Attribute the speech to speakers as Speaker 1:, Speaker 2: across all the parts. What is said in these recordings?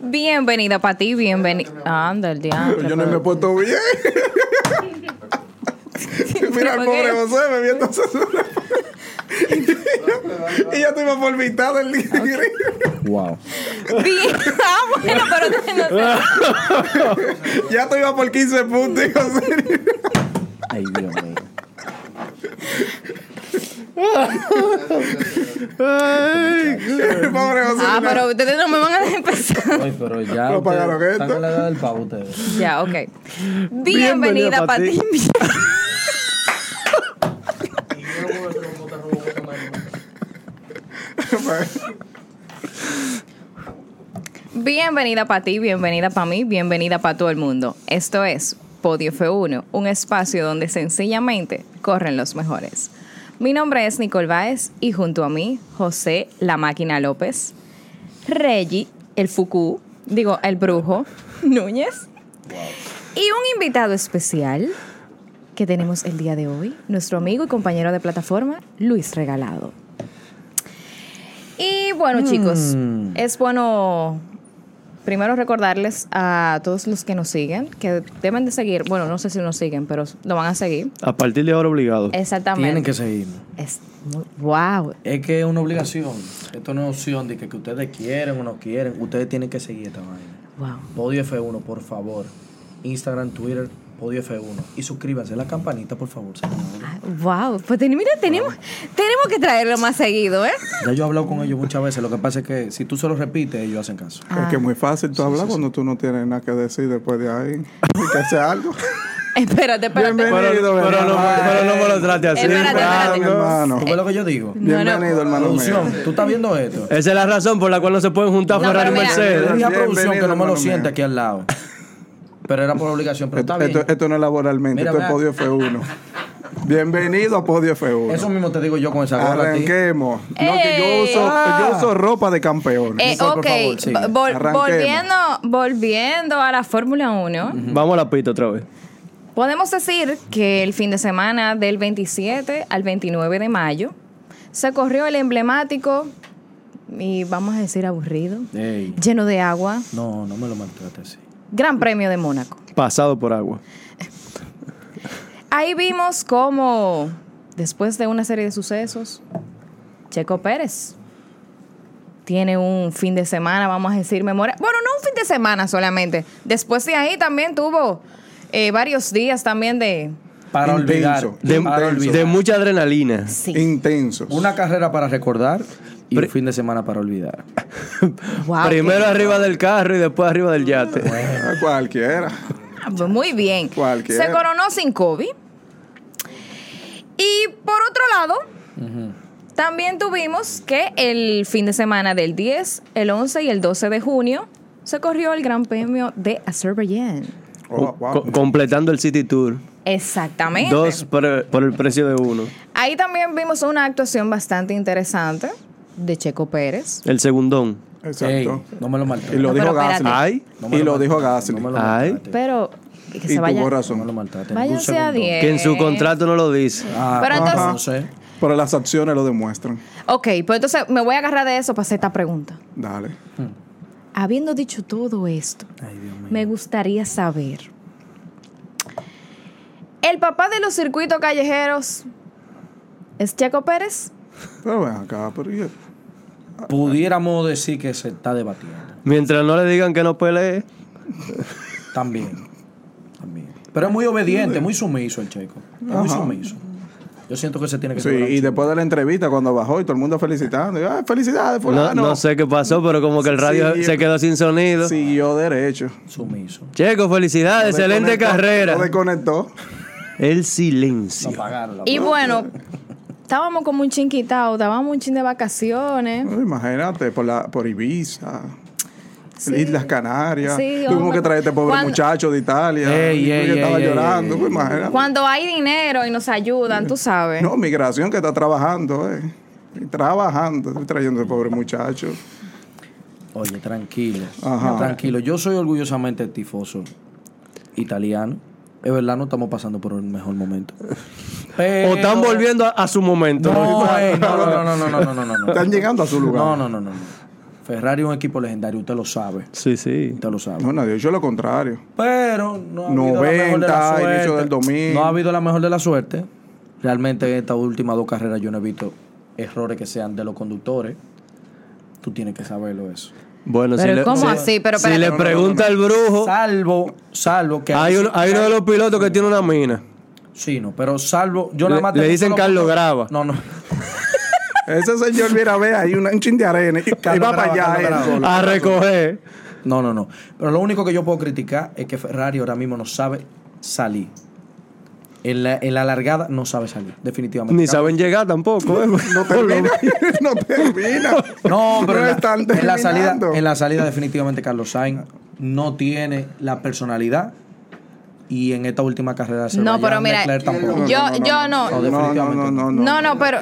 Speaker 1: bienvenida para ti, bienvenida. Anda, el diablo.
Speaker 2: Yo no me he puesto bien. Mira el
Speaker 1: ¿Por
Speaker 2: pobre
Speaker 1: qué?
Speaker 2: José bebiendo censura. y yo estoy más por mitad del día.
Speaker 3: Wow.
Speaker 1: Bien. Ah, bueno, pero que no
Speaker 2: Ah,
Speaker 1: sé.
Speaker 2: ya estoy más por 15 puntos. hijo, en serio.
Speaker 3: Ay, Dios mío.
Speaker 2: El pobre José.
Speaker 1: Ah, pero ustedes no me van a empezar.
Speaker 3: Ay, pero ya.
Speaker 2: No
Speaker 3: ustedes
Speaker 2: pagaron
Speaker 3: Están
Speaker 2: esto.
Speaker 3: con la edad del pavo ustedes.
Speaker 1: Ya, ok. Bienvenida
Speaker 3: pa'
Speaker 1: para ti. Bienvenida para ti, bienvenida para mí, bienvenida para todo el mundo. Esto es Podio F1, un espacio donde sencillamente corren los mejores. Mi nombre es Nicole Báez y junto a mí, José La Máquina López, Reggie, el Fuku, digo, el Brujo, Núñez, y un invitado especial que tenemos el día de hoy, nuestro amigo y compañero de plataforma, Luis Regalado. Y bueno, chicos,
Speaker 4: Mm.
Speaker 1: es bueno primero recordarles a todos los que nos siguen que deben de seguir, bueno, no sé si nos siguen, pero lo van a seguir.
Speaker 4: A partir de ahora obligado.
Speaker 1: Exactamente.
Speaker 3: Tienen que seguirnos.
Speaker 1: Es muy- wow.
Speaker 3: Es que es una obligación. Esto no es opción de que, que ustedes quieren o no quieren. Ustedes tienen que seguir esta vaina.
Speaker 1: Wow.
Speaker 3: Podio F1, por favor. Instagram, Twitter, Podio F1. Y suscríbanse a la campanita, por favor, señores.
Speaker 1: Ah, Wow. Pues ten- mira, tenemos, tenemos que traerlo más seguido, ¿eh?
Speaker 3: Ya yo he hablado con ellos muchas veces. Lo que pasa es que si tú se lo repites, ellos hacen caso.
Speaker 2: Es que es muy fácil tú hablar cuando tú no tienes nada que decir después de ahí. Hay que hacer algo.
Speaker 1: Espérate, espérate.
Speaker 4: Pero,
Speaker 2: Bienvenido,
Speaker 4: pero no,
Speaker 2: hermano.
Speaker 4: pero no me lo trate así.
Speaker 1: Espérate, espérate.
Speaker 4: Fernando.
Speaker 2: hermano.
Speaker 3: ¿Tú ves lo que yo digo?
Speaker 1: No, no.
Speaker 2: Bienvenido, hermano mío.
Speaker 3: Producción, tú estás viendo esto.
Speaker 4: Esa es la razón por la cual no se pueden juntar
Speaker 1: No,
Speaker 4: Ferrari y
Speaker 1: pero mira.
Speaker 4: Mercedes.
Speaker 3: Le dije a producción que
Speaker 2: Bienvenido,
Speaker 3: no me lo
Speaker 2: hermano
Speaker 3: siente
Speaker 2: mío.
Speaker 3: aquí al lado. Pero era por obligación, pero está
Speaker 2: Esto,
Speaker 3: bien.
Speaker 2: esto- esto no es laboralmente,
Speaker 3: Mira,
Speaker 2: esto es Podio
Speaker 3: vea.
Speaker 2: F1. Bienvenido a Podio F1.
Speaker 3: Eso mismo te digo yo con esa gorra. a ti.
Speaker 2: Arranquemos. No, que yo
Speaker 1: ¡Ey! Ah.
Speaker 2: uso, que yo uso ropa de campeón.
Speaker 1: Eh,
Speaker 3: Nicole, por
Speaker 1: ok,
Speaker 3: favor, sigue.
Speaker 1: vo- vol-
Speaker 2: Arranquemos.
Speaker 1: volviendo, volviendo a la Fórmula 1,
Speaker 4: Vamos a la pista otra vez.
Speaker 3: Mm.
Speaker 1: podemos decir que el fin de semana del 27 al 29 de mayo se corrió el emblemático y vamos a decir aburrido,
Speaker 3: Ey.
Speaker 1: lleno de agua,
Speaker 3: No, no me lo maltrate así.
Speaker 1: Gran Premio de Mónaco.
Speaker 4: Pasado por agua.
Speaker 1: Ahí vimos cómo, después de una serie de sucesos, Checo Pérez tiene un fin de semana, vamos a decir, memoria. Bueno, no un fin de semana solamente. Después de ahí también tuvo eh, varios días también de...
Speaker 3: Para
Speaker 2: Intenso.
Speaker 3: olvidar.
Speaker 4: De,
Speaker 3: para olvidar.
Speaker 4: de mucha adrenalina.
Speaker 1: Sí.
Speaker 2: Intensos.
Speaker 3: Una carrera para recordar y
Speaker 4: Pre-
Speaker 3: un fin de semana para olvidar.
Speaker 1: Wow,
Speaker 4: Primero arriba del carro y después arriba del yate.
Speaker 2: Ah, Cualquiera.
Speaker 1: Ah, pues Muy bien.
Speaker 2: Cualquiera.
Speaker 1: Se coronó sin COVID. Y por otro lado, también tuvimos que el fin de semana del 10, el 11 y el 12 de junio se corrió el Gran Premio de Azerbaiyán.
Speaker 2: Oh,
Speaker 4: Co-
Speaker 2: wow.
Speaker 4: completando el City Tour.
Speaker 1: Exactamente.
Speaker 4: Dos por, por el precio de uno.
Speaker 1: Ahí también vimos una actuación bastante interesante de Checo Pérez.
Speaker 4: El segundón.
Speaker 3: Ey,
Speaker 2: Exacto.
Speaker 3: no me lo
Speaker 2: Y
Speaker 3: maltrate.
Speaker 2: lo
Speaker 1: No,
Speaker 2: dijo
Speaker 1: pero espérate.
Speaker 2: Gasly.
Speaker 4: Ay.
Speaker 3: No me
Speaker 2: Y lo dijo
Speaker 3: maltrate,
Speaker 2: Gasly.
Speaker 3: No me lo
Speaker 4: Ay.
Speaker 3: maltrate.
Speaker 1: Pero que
Speaker 2: Y
Speaker 1: se
Speaker 2: tuvo
Speaker 1: vaya.
Speaker 3: No me lo
Speaker 2: razón.
Speaker 3: maltrate. ningún
Speaker 1: Váyanse a
Speaker 3: segundo.
Speaker 1: 10.
Speaker 4: Que en su contrato no lo dice.
Speaker 3: Ah,
Speaker 1: Pero
Speaker 3: ajá.
Speaker 1: entonces-
Speaker 3: no sé.
Speaker 2: Pero las acciones lo demuestran.
Speaker 1: Ok, pues entonces me voy a agarrar de eso para hacer esta pregunta.
Speaker 2: Dale.
Speaker 1: Habiendo dicho todo esto,
Speaker 3: Ay, Dios mío.
Speaker 1: me gustaría saber. ¿El papá de los circuitos callejeros es Checo Pérez?
Speaker 2: Pero ven acá, pero yo-
Speaker 3: Pudiéramos decir que se está debatiendo.
Speaker 4: Mientras no le digan que no pelee.
Speaker 3: También. También. Pero es muy obediente, muy sumiso el checo. Es muy sumiso. Yo siento que se tiene que
Speaker 2: Sí,
Speaker 3: doblar
Speaker 2: y
Speaker 3: mucho.
Speaker 2: después de la entrevista, cuando bajó y todo el mundo felicitando. y, "Ay, felicidades,
Speaker 4: No,
Speaker 2: fulano.
Speaker 4: no sé qué pasó, pero como que el radio
Speaker 2: Sí.
Speaker 4: se quedó sin sonido.
Speaker 2: Siguió derecho.
Speaker 3: Sumiso.
Speaker 4: Checo, felicidades, excelente
Speaker 2: Desconectó,
Speaker 4: carrera.
Speaker 2: Lo desconectó.
Speaker 4: El
Speaker 3: No
Speaker 4: silencio.
Speaker 3: pagarla.
Speaker 1: Y bueno, estábamos como un chinquitao, estábamos un chin de vacaciones.
Speaker 2: Ay, Imagínate, por, la, por Ibiza, Islas Canarias.
Speaker 1: Sí,
Speaker 2: Tuvimos
Speaker 1: hombre.
Speaker 2: que traer a este pobre
Speaker 1: Cuando-
Speaker 2: muchacho de Italia.
Speaker 3: Ey, ey,
Speaker 2: que
Speaker 3: ey,
Speaker 2: estaba
Speaker 3: ey,
Speaker 2: llorando.
Speaker 3: ey,
Speaker 2: pues,
Speaker 3: ey.
Speaker 2: imagínate.
Speaker 1: Cuando hay dinero y nos ayudan, tú sabes.
Speaker 2: No, migración que está trabajando, eh. Trabajando, estoy trayendo al pobre muchacho.
Speaker 3: Oye, tranquilo.
Speaker 2: Ajá.
Speaker 3: Tranquilo. Yo soy orgullosamente tifoso italiano. Es verdad, no estamos pasando por el mejor momento. Pero-
Speaker 4: O están volviendo a, a su momento.
Speaker 3: No, ey, no, no, no, no, no, no, no, no, no.
Speaker 2: Están llegando a su lugar.
Speaker 3: No, no, no, no. no. Ferrari es un equipo legendario, usted lo sabe.
Speaker 4: Sí, sí.
Speaker 3: Usted lo sabe.
Speaker 2: No, nadie, yo lo contrario.
Speaker 3: Pero no ha habido la mejor de la
Speaker 2: 90,
Speaker 3: suerte.
Speaker 2: inicio del 2000.
Speaker 3: No ha habido la mejor de la suerte. Realmente en estas últimas dos carreras yo no he visto errores que sean de los conductores. Tú tienes que saberlo eso.
Speaker 4: Bueno,
Speaker 1: Pero
Speaker 4: si le,
Speaker 1: ¿cómo
Speaker 4: si-
Speaker 1: así? Pero
Speaker 4: si
Speaker 1: espérate.
Speaker 4: le
Speaker 1: No, no,
Speaker 4: pregunta al brujo,
Speaker 3: Salvo, salvo
Speaker 2: Ah,
Speaker 3: que...
Speaker 4: hay, uno- hay uno de los pilotos que tiene una mina.
Speaker 3: Sí, no, pero salvo... Yo nada
Speaker 4: Le-
Speaker 3: más
Speaker 4: le
Speaker 3: tengo
Speaker 4: dicen
Speaker 3: solo-
Speaker 4: Carlos Grava.
Speaker 3: No, no.
Speaker 2: Ese señor, mira, ve ahí una- un chin de arena y, y va
Speaker 3: Bravo,
Speaker 2: para allá. eh. Ah,
Speaker 3: Carlos
Speaker 2: él
Speaker 3: Bravo.
Speaker 2: solo.
Speaker 4: A recoger.
Speaker 3: No, no, no. Pero lo único que yo puedo criticar es que Ferrari ahora mismo no sabe salir. En la, en la largada no sabe salir, definitivamente.
Speaker 4: Ni saben llegar tampoco. ¿eh? Por lo
Speaker 2: Termina, no termina.
Speaker 3: No, pero en, la,
Speaker 2: están
Speaker 3: en la salida,
Speaker 2: terminando.
Speaker 3: en la salida definitivamente Carlos Sainz no tiene la personalidad y en esta última carrera se
Speaker 1: No, pero mira,
Speaker 3: Leclerc tampoco.
Speaker 1: yo- yo no.
Speaker 2: No, no, no, no, no, no. Este
Speaker 1: No, no, pero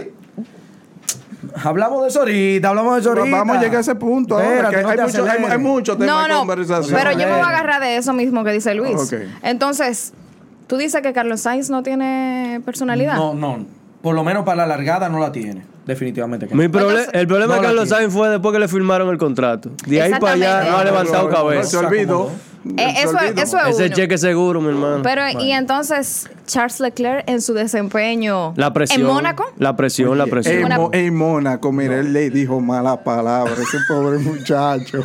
Speaker 3: Hablamos de eso ahorita, hablamos de eso ahorita.
Speaker 2: Vamos a llegar a ese punto ahora,
Speaker 3: Espérate,
Speaker 2: que
Speaker 3: no
Speaker 2: hay,
Speaker 3: te
Speaker 2: mucho, hay,
Speaker 3: aceleres.
Speaker 2: hay mucho tema
Speaker 1: No,
Speaker 2: de
Speaker 1: no,
Speaker 2: conversación.
Speaker 1: pero yo me voy
Speaker 3: Bueno.
Speaker 1: a agarrar de eso mismo que dice Luis.
Speaker 2: Ok.
Speaker 1: Entonces, tú dices que Carlos Sainz no tiene personalidad.
Speaker 3: No, no. Por lo menos para la largada no la tiene. Definitivamente que no.
Speaker 4: Mi proble- el problema
Speaker 3: No
Speaker 4: de
Speaker 3: la
Speaker 4: Carlos
Speaker 3: tiene.
Speaker 4: Sainz fue después que le firmaron el contrato. De ahí para allá
Speaker 1: Exactamente.
Speaker 4: no ha levantado
Speaker 2: Pero, pero Se
Speaker 4: cabeza.
Speaker 2: olvidó.
Speaker 1: Eh,
Speaker 2: Se
Speaker 1: eso, es-
Speaker 2: olvidó.
Speaker 1: eso es
Speaker 4: Ese
Speaker 1: uno.
Speaker 4: cheque seguro, mi hermano.
Speaker 1: Pero, y entonces, Charles Leclerc en su desempeño
Speaker 4: La presión.
Speaker 1: en Mónaco.
Speaker 4: La presión,
Speaker 3: Eh,
Speaker 4: la presión.
Speaker 2: En,
Speaker 1: Una-
Speaker 2: Mo- en Mónaco, mira, él le dijo mala palabra ese pobre muchacho.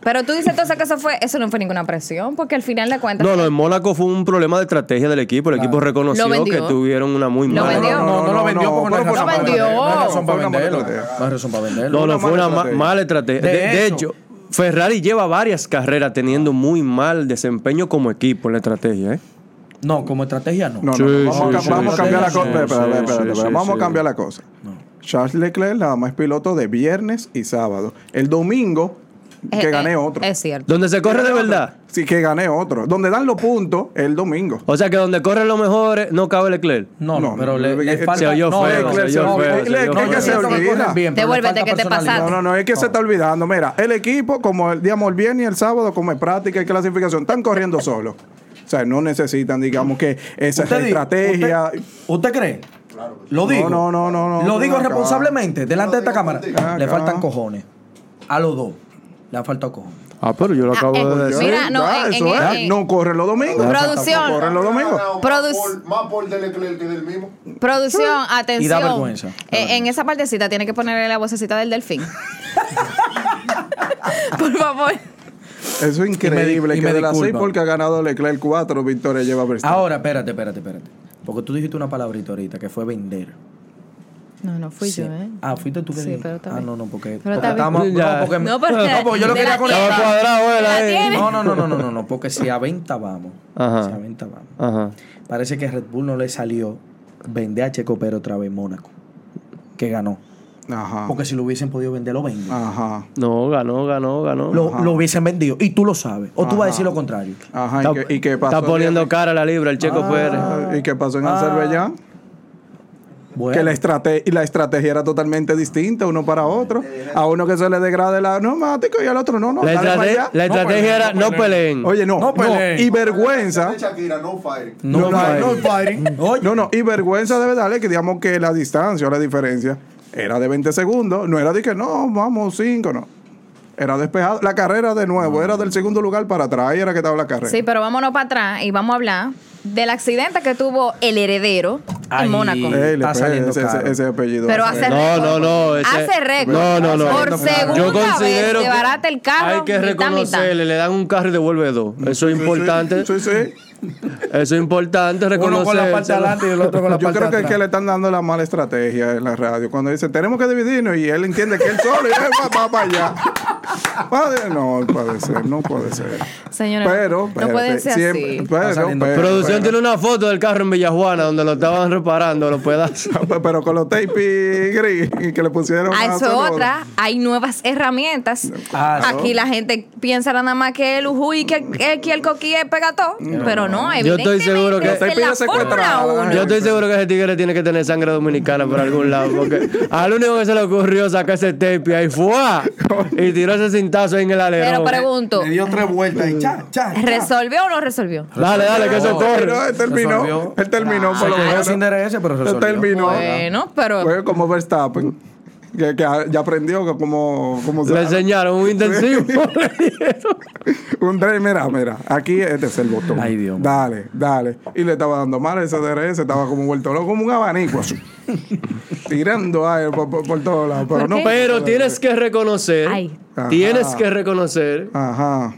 Speaker 1: Pero tú dices entonces que eso fue, eso no fue ninguna presión, porque al final de cuentas.
Speaker 4: No, no, en Mónaco fue un problema de estrategia del equipo. El equipo reconoció
Speaker 1: Lo
Speaker 4: que
Speaker 1: vendió.
Speaker 4: tuvieron una muy
Speaker 1: Lo
Speaker 4: mala.
Speaker 1: vendió.
Speaker 3: No, no, no, lo vendió porque no hay
Speaker 2: pero
Speaker 3: razón
Speaker 1: fue
Speaker 3: para
Speaker 1: una mala
Speaker 3: venderlo. No hay
Speaker 1: estrategia.
Speaker 2: Fue una mala estrategia.
Speaker 3: razón para venderlo. No hay razón para venderlo.
Speaker 4: No, no, fue
Speaker 2: mala
Speaker 4: una ma-
Speaker 2: estrategia.
Speaker 4: mala estrategia. De,
Speaker 3: De
Speaker 4: de
Speaker 3: hecho.
Speaker 4: hecho, Ferrari lleva varias carreras teniendo muy mal desempeño como equipo en la estrategia. ¿eh?
Speaker 3: No, como estrategia no.
Speaker 2: No, no,
Speaker 4: Sí,
Speaker 2: no, vamos, a,
Speaker 4: sí,
Speaker 2: vamos a
Speaker 4: sí,
Speaker 2: cambiar
Speaker 4: sí,
Speaker 2: la cosa.
Speaker 4: sí,
Speaker 2: Espera, espera,
Speaker 4: sí,
Speaker 2: espera,
Speaker 4: sí,
Speaker 2: espera.
Speaker 4: sí,
Speaker 2: vamos
Speaker 4: sí.
Speaker 2: a cambiar la cosa. Charles Leclerc nada más es piloto de viernes y sábado. El domingo,
Speaker 1: eh,
Speaker 2: que
Speaker 1: eh,
Speaker 2: gané otro.
Speaker 1: Es cierto.
Speaker 4: Donde se corre de verdad.
Speaker 2: Sí, que gané otro. Donde dan los puntos, el domingo.
Speaker 4: O sea que donde corren los mejores eh, no cabe Leclerc.
Speaker 3: No, no,
Speaker 2: No,
Speaker 3: pero
Speaker 2: no,
Speaker 3: le,
Speaker 2: no,
Speaker 3: le
Speaker 2: se
Speaker 3: falta...
Speaker 4: oyó
Speaker 3: no,
Speaker 4: feo,
Speaker 3: no,
Speaker 4: se oyó
Speaker 3: no, no,
Speaker 4: feo, se
Speaker 3: no,
Speaker 4: oyó feo.
Speaker 3: no,
Speaker 4: Es que
Speaker 3: no,
Speaker 4: se
Speaker 3: no,
Speaker 2: olvida.
Speaker 3: corren bien, pero le
Speaker 1: Devuélvete,
Speaker 3: falta
Speaker 1: que te
Speaker 3: personalidad.
Speaker 1: pasaste.
Speaker 2: No, no, no, es que se está olvidando. Mira, el equipo, como el- digamos el viernes y el sábado, como en práctica y clasificación, están corriendo solo. O sea, no necesitan, digamos, que esa
Speaker 3: Usted di-
Speaker 2: estrategia.
Speaker 3: ¿Usted, usted cree? Lo
Speaker 2: No,
Speaker 3: digo.
Speaker 2: no, no, no, no,
Speaker 3: Lo
Speaker 2: ven
Speaker 3: digo
Speaker 2: acá.
Speaker 3: responsablemente, delante de esta cámara.
Speaker 2: acá.
Speaker 3: Le faltan cojones. A los dos. Le han faltado cojones.
Speaker 4: Ah, pero yo lo
Speaker 1: Ah, acabo eh, de decir. mira, no,
Speaker 2: Ah,
Speaker 1: en-
Speaker 2: eso
Speaker 1: en-
Speaker 2: es.
Speaker 1: en-
Speaker 2: no corre los domingos.
Speaker 1: Producción.
Speaker 2: No corre los domingos.
Speaker 1: Produc-
Speaker 5: Más por- Más por de Leclerc que del mismo.
Speaker 1: Producción, atención.
Speaker 3: Y da vergüenza, da
Speaker 1: Eh, en esa partecita tiene que ponerle la vocecita del delfín. Por favor.
Speaker 2: Eso es
Speaker 3: Y me
Speaker 2: increíble.
Speaker 3: di- y me
Speaker 2: que de las seis
Speaker 3: disculpa.
Speaker 2: porque ha ganado Leclerc 4 victorias lleva Verstappen.
Speaker 3: Ahora, espérate, espérate, espérate. Porque tú dijiste una palabrita ahorita que fue vender.
Speaker 1: No, no fui
Speaker 3: Sí.
Speaker 1: yo, ¿eh?
Speaker 3: Ah, fuiste tú que
Speaker 1: Sí,
Speaker 3: dijiste.
Speaker 1: pero está
Speaker 3: Ah,
Speaker 1: bien.
Speaker 3: no, no, porque.
Speaker 1: Pero
Speaker 3: porque
Speaker 1: está bien.
Speaker 3: estábamos- No,
Speaker 4: Ya.
Speaker 3: porque,
Speaker 1: No, porque-
Speaker 3: no, porque yo lo
Speaker 1: de la
Speaker 3: quería
Speaker 1: tiene.
Speaker 4: Estaba
Speaker 3: conectar.
Speaker 4: cuadrado,
Speaker 1: ¿La
Speaker 4: ¿verdad? Eh.
Speaker 1: tiene?
Speaker 3: No, no, no, no, no, no, no, porque si a venta vamos.
Speaker 4: Ajá.
Speaker 3: Si a venta vamos.
Speaker 4: Ajá.
Speaker 3: Parece que Red Bull no le salió vender a Checo Pérez otra vez Mónaco, que ganó. Ah,
Speaker 2: Ajá.
Speaker 3: Porque si lo hubiesen podido vender, lo venden.
Speaker 2: Ajá.
Speaker 4: No, ganó, ganó, ganó.
Speaker 3: Lo, lo hubiesen vendido. Y tú lo sabes. O tú vas a decir lo contrario.
Speaker 2: Ajá.
Speaker 4: Está,
Speaker 2: ¿Y, qué, y qué pasó?
Speaker 4: está poniendo cara la libra el Checo Pérez.
Speaker 2: Ah, ¿Y qué pasó en Azerbaiyán?
Speaker 3: Bueno,
Speaker 2: Que la, estrate- y la estrategia era totalmente distinta uno para otro. A uno que se le degrade la neumático y al otro no, no.
Speaker 4: La,
Speaker 2: dale
Speaker 4: estrate-
Speaker 2: para allá.
Speaker 4: la estrategia era no peleen.
Speaker 2: Oye, no,
Speaker 3: No
Speaker 2: no,
Speaker 3: peleen.
Speaker 2: y vergüenza. Mm.
Speaker 5: De Shakira, no fire.
Speaker 3: no,
Speaker 2: no,
Speaker 3: fighting.
Speaker 2: no
Speaker 3: Oye,
Speaker 2: No, no, y vergüenza debe darle que digamos que la distancia o la diferencia era de 20 segundos. No era de que no, vamos 5, no. Era despejado. La carrera de nuevo era del segundo lugar para atrás. Ahí era que estaba la carrera.
Speaker 1: Sí, pero vámonos para atrás y vamos a hablar del accidente que tuvo el heredero
Speaker 3: Ay.
Speaker 1: en Mónaco.
Speaker 2: Ey,
Speaker 3: Está
Speaker 2: le-
Speaker 3: Ah, saliendo
Speaker 2: ese,
Speaker 3: caro.
Speaker 2: ese- ese apellido.
Speaker 1: Pero
Speaker 2: ese-
Speaker 1: hace
Speaker 4: No,
Speaker 1: récord.
Speaker 4: no, no. ese-
Speaker 1: Hace récord.
Speaker 4: No, no, no.
Speaker 1: Por segunda
Speaker 4: Yo
Speaker 1: vez,
Speaker 4: considero que
Speaker 1: desbarata el carro.
Speaker 4: hay que
Speaker 1: mitad, mitad.
Speaker 4: reconocerle, le dan un carro y devuelve dos. Eso es
Speaker 2: Sí, sí,
Speaker 4: importante.
Speaker 2: Sí, sí.
Speaker 4: Eso es importante
Speaker 3: uno con la parte de
Speaker 4: reconocer.
Speaker 3: adelante y el otro con la
Speaker 2: Yo
Speaker 3: parte
Speaker 2: creo
Speaker 3: de
Speaker 2: que, que
Speaker 3: atrás.
Speaker 2: le están dando la mala estrategia en la radio. Cuando dicen, tenemos que dividirnos, y él entiende que él solo y él va, va para allá. Padre, no puede ser, no puede ser.
Speaker 1: Señores,
Speaker 2: Pero,
Speaker 1: no
Speaker 2: espérate,
Speaker 1: pueden ser
Speaker 2: siempre-
Speaker 1: así.
Speaker 2: pero,
Speaker 3: saliendo-
Speaker 2: pero,
Speaker 4: Producción
Speaker 2: pero.
Speaker 4: tiene una foto del carro en Villajuana donde lo estaban reparando los pedazos.
Speaker 2: Pe- pero con los tape gris y que le pusieron
Speaker 1: A
Speaker 2: a
Speaker 1: Ah, eso
Speaker 2: todo.
Speaker 1: otra, hay nuevas herramientas.
Speaker 3: Ah, no.
Speaker 1: Aquí la gente piensa nada más que el ujú y que, que- que el coquí es pegató, pero no,
Speaker 4: Yo estoy
Speaker 1: evidentemente
Speaker 4: seguro que-
Speaker 1: es
Speaker 2: Estoy
Speaker 1: la
Speaker 2: pidiendo
Speaker 1: Fórmula
Speaker 2: secuestrada.
Speaker 1: 1.
Speaker 4: Yo estoy seguro que ese tigre tiene que tener sangre dominicana por algún lado. Porque al único que se le ocurrió sacar ese tape ahí ¡fua! y tiró ese cintazo ahí en el
Speaker 1: Pero
Speaker 4: alerón.
Speaker 1: pregunto,
Speaker 5: Le dio tres vueltas y cha, cha.
Speaker 1: ¿resolvió o no resolvió?
Speaker 4: Dale, dale, que eso
Speaker 3: No,
Speaker 4: corre.
Speaker 2: Pero él terminó,
Speaker 3: Resolvió. Ah,
Speaker 2: él terminó
Speaker 3: Se
Speaker 2: por lo
Speaker 3: quedó
Speaker 2: menos.
Speaker 3: sin DRS, pero
Speaker 2: Él
Speaker 3: resolvió.
Speaker 2: terminó.
Speaker 1: Bueno, pero
Speaker 2: Fue como Verstappen. que, que ya aprendió que como, como
Speaker 4: Le enseñaron un intensivo.
Speaker 2: un tren, mira, mira, aquí este es el botón.
Speaker 3: Ay, Dios mío.
Speaker 2: Dale, dale. Y le estaba dando mal ese DRS, estaba como vuelto loco, como un abanico así. Tirando aire por, por- por todos lados. Pero
Speaker 1: ¿Por
Speaker 2: no.
Speaker 1: qué?
Speaker 4: Pero tienes que reconocer.
Speaker 1: Ay.
Speaker 4: Tienes
Speaker 2: Ajá.
Speaker 4: que reconocer.
Speaker 2: Ajá.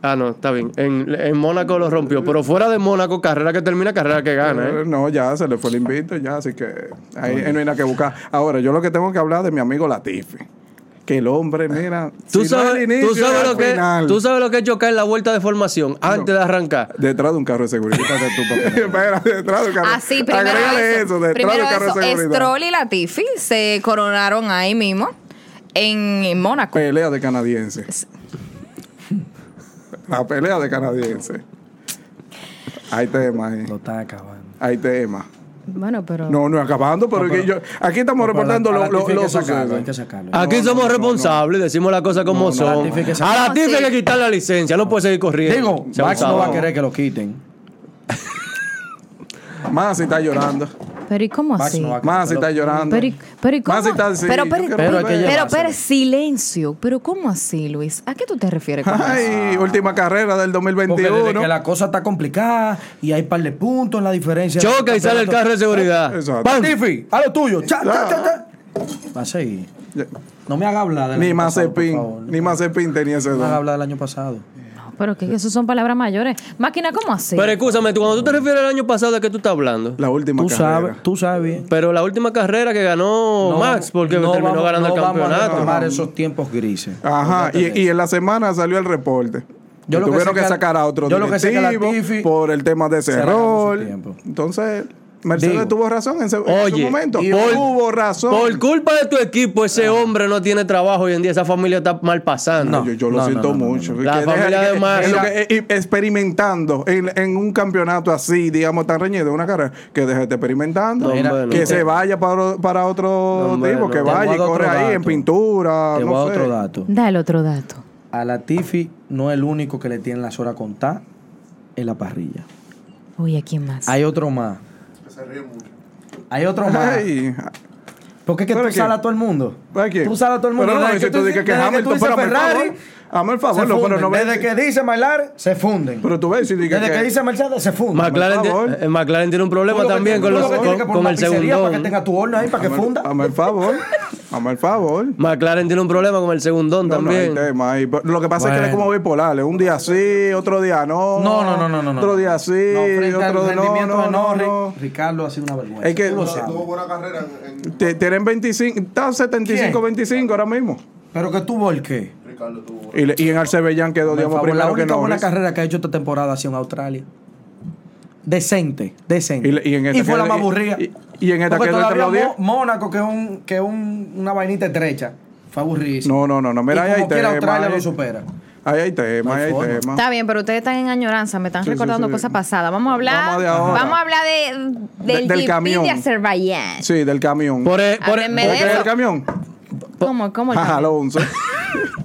Speaker 4: Ah, no, está bien. En, en Mónaco lo rompió. Pero fuera de Mónaco, carrera que termina, carrera que gana. ¿eh?
Speaker 2: No, ya se le fue el invito, ya, así que ahí no hay nada que buscar. Ahora, yo lo que tengo que hablar de mi amigo Latifi. Que el hombre, mira.
Speaker 4: ¿Tú,
Speaker 2: si no al
Speaker 4: sabes,
Speaker 2: inicio,
Speaker 4: tú, sabes
Speaker 2: al
Speaker 4: lo que,
Speaker 2: final.
Speaker 4: tú sabes lo que es chocar en la vuelta de formación antes de arrancar.
Speaker 2: Detrás de un carro de seguridad. Espera, detrás de un carro.
Speaker 1: Así, Ah, primero
Speaker 2: Agrégale
Speaker 1: eso.
Speaker 2: eso, detrás de
Speaker 1: primero
Speaker 2: un carro
Speaker 1: eso.
Speaker 2: de seguridad.
Speaker 1: Stroll y Latifi se coronaron ahí mismo en, en Mónaco.
Speaker 2: Pelea de canadiense. La pelea de canadiense. Hay tema ahí.
Speaker 3: Lo está acabando.
Speaker 2: Hay tema.
Speaker 1: Bueno, pero...
Speaker 2: No, no acabando, pero, aquí, yo, aquí estamos
Speaker 3: Pero
Speaker 2: reportando
Speaker 3: a
Speaker 2: lo-
Speaker 3: Latifi
Speaker 2: lo-
Speaker 3: hay que
Speaker 2: los
Speaker 3: sacarlo, hay que
Speaker 2: sucesos.
Speaker 3: sacarlo.
Speaker 4: Aquí
Speaker 2: no, no,
Speaker 4: somos
Speaker 2: no,
Speaker 4: responsables, decimos las cosas como son.
Speaker 3: Latifi que se-
Speaker 4: a la
Speaker 1: No, sí.
Speaker 4: hay que quitar la licencia, no puede seguir corriendo.
Speaker 3: Digo,
Speaker 4: Se
Speaker 3: Max no
Speaker 4: abusaba.
Speaker 3: va a querer que lo quiten.
Speaker 2: Más si está llorando.
Speaker 1: Pero ¿y cómo
Speaker 3: Max
Speaker 1: así?
Speaker 3: no va a querer.
Speaker 2: Más si está llorando.
Speaker 1: Pero, ¿y- pero ¿y cómo?
Speaker 2: Más si está así,
Speaker 1: pero,
Speaker 2: yo
Speaker 1: pero,
Speaker 2: quiero
Speaker 1: pero,
Speaker 3: hay que
Speaker 2: volver.
Speaker 1: pero,
Speaker 3: llevárselo.
Speaker 1: pero, silencio. Pero ¿cómo así, Luis? ¿A qué tú te refieres con eso?
Speaker 2: Ay, última carrera del
Speaker 3: Porque desde
Speaker 2: 2021.
Speaker 3: que la cosa está complicada y hay par de puntos en la diferencia.
Speaker 4: Choca y sale el carro de seguridad.
Speaker 2: Exacto.
Speaker 4: ¡Pam!
Speaker 3: Latifi, a lo tuyo. Cha, cha, cha, cha. Va a seguir.
Speaker 2: Ya.
Speaker 3: No me haga hablar del
Speaker 2: Ni
Speaker 3: año
Speaker 2: más
Speaker 3: pasado, por favor.
Speaker 2: Ni más tenía ese
Speaker 3: No me haga
Speaker 2: don.
Speaker 3: hablar del año pasado.
Speaker 1: No, pero que eso son palabras mayores. Máquina, ¿cómo así?
Speaker 4: Pero escúchame, tú, cuando tú te refieres al año pasado, ¿de qué tú estás hablando?
Speaker 2: La última
Speaker 3: Tú
Speaker 2: carrera.
Speaker 3: sabes, tú sabes bien.
Speaker 4: Pero la última carrera que ganó
Speaker 3: No
Speaker 4: Max, porque
Speaker 3: vamos- no
Speaker 4: terminó
Speaker 3: vamos-
Speaker 4: ganando el
Speaker 3: no Vamos
Speaker 4: campeonato.
Speaker 3: a retomar esos tiempos grises.
Speaker 2: Ajá,
Speaker 3: Acuérdate
Speaker 2: y,
Speaker 3: de
Speaker 2: y
Speaker 3: eso.
Speaker 2: en la semana salió el reporte.
Speaker 3: Yo
Speaker 2: Yo
Speaker 3: lo que
Speaker 2: tuvieron
Speaker 3: sé
Speaker 2: que,
Speaker 3: que-
Speaker 2: sacar a otro
Speaker 3: yo lo que sé que
Speaker 2: directivo
Speaker 3: Latifi
Speaker 2: por el tema de ese
Speaker 3: se ganó su
Speaker 2: error.
Speaker 3: tiempo.
Speaker 2: Entonces, Mercedes
Speaker 3: Digo,
Speaker 2: tuvo razón en, su
Speaker 4: Oye,
Speaker 2: momento.
Speaker 4: y por-
Speaker 2: tuvo razón.
Speaker 4: Por culpa de tu equipo, ese hombre no tiene trabajo hoy en día. Esa familia está mal pasando.
Speaker 3: No.
Speaker 2: yo, yo lo
Speaker 3: no,
Speaker 2: siento
Speaker 3: no, no,
Speaker 2: mucho.
Speaker 4: no, no. La
Speaker 2: Que deja-
Speaker 4: familia de
Speaker 2: que-
Speaker 4: Max-
Speaker 2: es lo que- eh, experimentando en, en un campeonato así, digamos, tan reñido, una carrera, que deje de estar experimentando.
Speaker 4: No,
Speaker 2: Mira,
Speaker 4: bueno.
Speaker 2: que
Speaker 4: Y te-
Speaker 2: se vaya para, para otro
Speaker 4: No,
Speaker 2: tipo,
Speaker 4: bueno.
Speaker 2: que
Speaker 4: Te
Speaker 3: voy a
Speaker 2: vaya y
Speaker 3: dar otro
Speaker 2: corre ahí en
Speaker 3: dato.
Speaker 2: pintura.
Speaker 3: Te
Speaker 2: no
Speaker 3: voy a dar
Speaker 2: sé.
Speaker 3: otro dato.
Speaker 1: Da el otro dato.
Speaker 3: A Latifi no es el único que le tienen las horas contadas en la parrilla.
Speaker 1: Uy, ¿a quién más?
Speaker 3: Hay otro más.
Speaker 5: Que se ríe mucho.
Speaker 3: Hay otro más.
Speaker 2: Ay,
Speaker 3: Porque es que
Speaker 2: ¿Pero
Speaker 3: tú
Speaker 2: quién?
Speaker 3: salas a todo el mundo.
Speaker 2: ¿Para quién?
Speaker 3: Tú salas a todo el mundo.
Speaker 2: Pues, Pero no,
Speaker 3: Desde
Speaker 2: si tú dices que
Speaker 3: desde
Speaker 2: Hamilton,
Speaker 3: tú dices
Speaker 2: pero hazme el
Speaker 3: Ferrari,
Speaker 2: favor, hazme el favor,
Speaker 3: se
Speaker 2: no, pero
Speaker 3: funden.
Speaker 2: no me-
Speaker 3: Desde que dice Mailari, se funden.
Speaker 2: Pero tú ves, si dices
Speaker 3: desde que,
Speaker 2: que-
Speaker 3: dice Mercedes, se funden.
Speaker 4: McLaren,
Speaker 2: Por favor.
Speaker 4: ti- eh, McLaren tiene un problema
Speaker 3: Tú lo que
Speaker 4: también
Speaker 3: tienes- tú
Speaker 4: con, los,
Speaker 3: lo que
Speaker 4: con,
Speaker 3: tienes que poner
Speaker 4: con
Speaker 3: una
Speaker 4: el
Speaker 3: pizzería Para que
Speaker 4: segundón.
Speaker 3: tenga tu horno ahí, para que funda.
Speaker 2: Hazme el favor. Hazme el favor.
Speaker 4: McLaren tiene un problema con el segundón
Speaker 2: No, este- no, hay
Speaker 4: también.
Speaker 2: tema ahí. Pero Lo que pasa es que él es como bipolar. es Un día sí, otro día no.
Speaker 3: No, no, no, no, no. no.
Speaker 2: Otro día sí,
Speaker 3: No, frente al
Speaker 2: otro no,
Speaker 3: rendimiento
Speaker 2: no, no,
Speaker 3: de Norris,
Speaker 2: no.
Speaker 3: Ricardo ha sido una vergüenza.
Speaker 2: Es que-
Speaker 3: Tú lo
Speaker 2: No,
Speaker 3: sabes.
Speaker 5: Tuvo buena carrera en, en-
Speaker 2: Te- Tienen 25, están 75, 25 ahora mismo.
Speaker 3: Pero que tuvo el qué.
Speaker 5: Ricardo tuvo.
Speaker 2: Y, le- y en Azerbaiyán quedó,
Speaker 3: Por
Speaker 2: digamos,
Speaker 3: favor, la
Speaker 2: primero que
Speaker 3: única
Speaker 2: no.
Speaker 3: buena carrera que ha hecho esta temporada ha sido en Australia. Decente, decente.
Speaker 2: Y le- y en esta
Speaker 3: fue
Speaker 2: quedó-
Speaker 3: la más
Speaker 2: y-
Speaker 3: aburrida.
Speaker 2: y- y en esta
Speaker 3: Porque
Speaker 2: quedó entre
Speaker 3: todavía
Speaker 2: los diez.
Speaker 3: Mo- Mónaco, que es un, que es un- una vainita estrecha, fue aburridísimo.
Speaker 2: No, no, no, no. Mira,
Speaker 3: y
Speaker 2: ahí eh,
Speaker 3: como
Speaker 2: hay
Speaker 3: quiera,
Speaker 2: tema.
Speaker 3: Australia
Speaker 2: ahí.
Speaker 3: lo supera.
Speaker 2: Ahí hay tema,
Speaker 3: No hay
Speaker 2: ahí hay
Speaker 3: forma.
Speaker 2: tema.
Speaker 1: Está bien, pero ustedes están en añoranza, me están
Speaker 2: Sí, sí,
Speaker 1: recordando
Speaker 2: sí.
Speaker 1: cosas pasadas. Vamos a hablar.
Speaker 2: Vamos de ahora.
Speaker 1: vamos a hablar de, del,
Speaker 2: De- del
Speaker 1: GP
Speaker 2: camión.
Speaker 1: de Azerbaiyán.
Speaker 2: Sí, del camión.
Speaker 4: Por, e- por e-
Speaker 1: Háblenme
Speaker 4: por-
Speaker 1: de
Speaker 2: ¿Por qué
Speaker 1: eso.
Speaker 2: del camión?
Speaker 1: ¿Cómo, cómo el
Speaker 2: Ajá,
Speaker 1: camión?
Speaker 2: Alonso.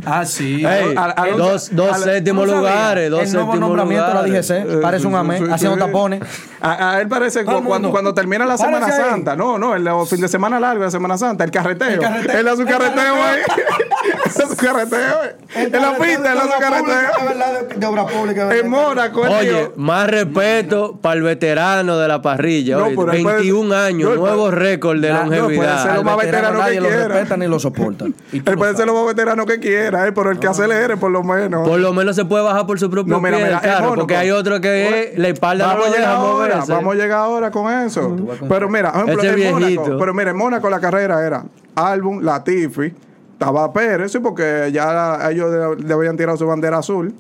Speaker 3: Ah, sí.
Speaker 4: Ey,
Speaker 2: Al- al-
Speaker 4: e- dos
Speaker 2: al-
Speaker 4: dos
Speaker 2: al-
Speaker 4: séptimos
Speaker 3: ¿Tú sabías?
Speaker 4: lugares, dos
Speaker 3: El nuevo
Speaker 4: séptimos
Speaker 3: nombramiento de la
Speaker 4: lugares.
Speaker 3: DGC parece un amén,
Speaker 2: Eh, Sí, sí,
Speaker 3: haciendo
Speaker 2: sí.
Speaker 3: tapones.
Speaker 2: A, a él parece
Speaker 3: Todo el
Speaker 2: cu- cuando,
Speaker 3: mundo.
Speaker 2: cuando termina la Semana
Speaker 3: Párese ahí.
Speaker 2: Santa. No, no, el el fin de semana largo, la Semana Santa, el carreteo.
Speaker 3: El carreteo.
Speaker 2: Él hace un
Speaker 3: El
Speaker 2: carreteo ahí. Él hace un carreteo. eh. En la pista, él hace un
Speaker 5: Es
Speaker 2: carreteo.
Speaker 5: verdad, de, de obra pública. es
Speaker 2: En
Speaker 5: verdad.
Speaker 2: Mónaco, él
Speaker 4: Oye,
Speaker 2: dijo,
Speaker 4: más respeto para el veterano de la parrilla.
Speaker 2: No,
Speaker 4: oye,
Speaker 2: pero él puede-
Speaker 4: 21 años,
Speaker 2: no, él
Speaker 4: nuevo
Speaker 2: puede-
Speaker 4: récord de
Speaker 2: No, no, puede
Speaker 4: longevidad.
Speaker 2: ser lo
Speaker 3: Al
Speaker 2: más veterano que
Speaker 3: nadie lo
Speaker 2: quiera.
Speaker 3: respeta ni lo soporta. Y tú
Speaker 2: Él
Speaker 3: lo
Speaker 2: puede ser
Speaker 3: sabes. Ah.
Speaker 2: lo más veterano que quiera, eh, pero el que acelere, por lo menos.
Speaker 4: Por lo menos se puede bajar por su propio
Speaker 2: No, mira,
Speaker 4: pie del
Speaker 2: mira, es
Speaker 4: carro,
Speaker 2: Mónaco.
Speaker 4: porque hay otro que es la espalda
Speaker 2: Vamos
Speaker 4: no
Speaker 2: a
Speaker 4: lo
Speaker 2: llegar
Speaker 4: deja
Speaker 2: ahora,
Speaker 4: moverse.
Speaker 2: vamos a llegar ahora con eso. Pero mira, por ejemplo,
Speaker 4: Ese
Speaker 2: en Mónaco,
Speaker 4: Este viejito.
Speaker 2: pero mira, en Mónaco la carrera era Album, Latifi, estaba Pérez, sí, porque ya la- ellos de- le habían tirado su bandera azul.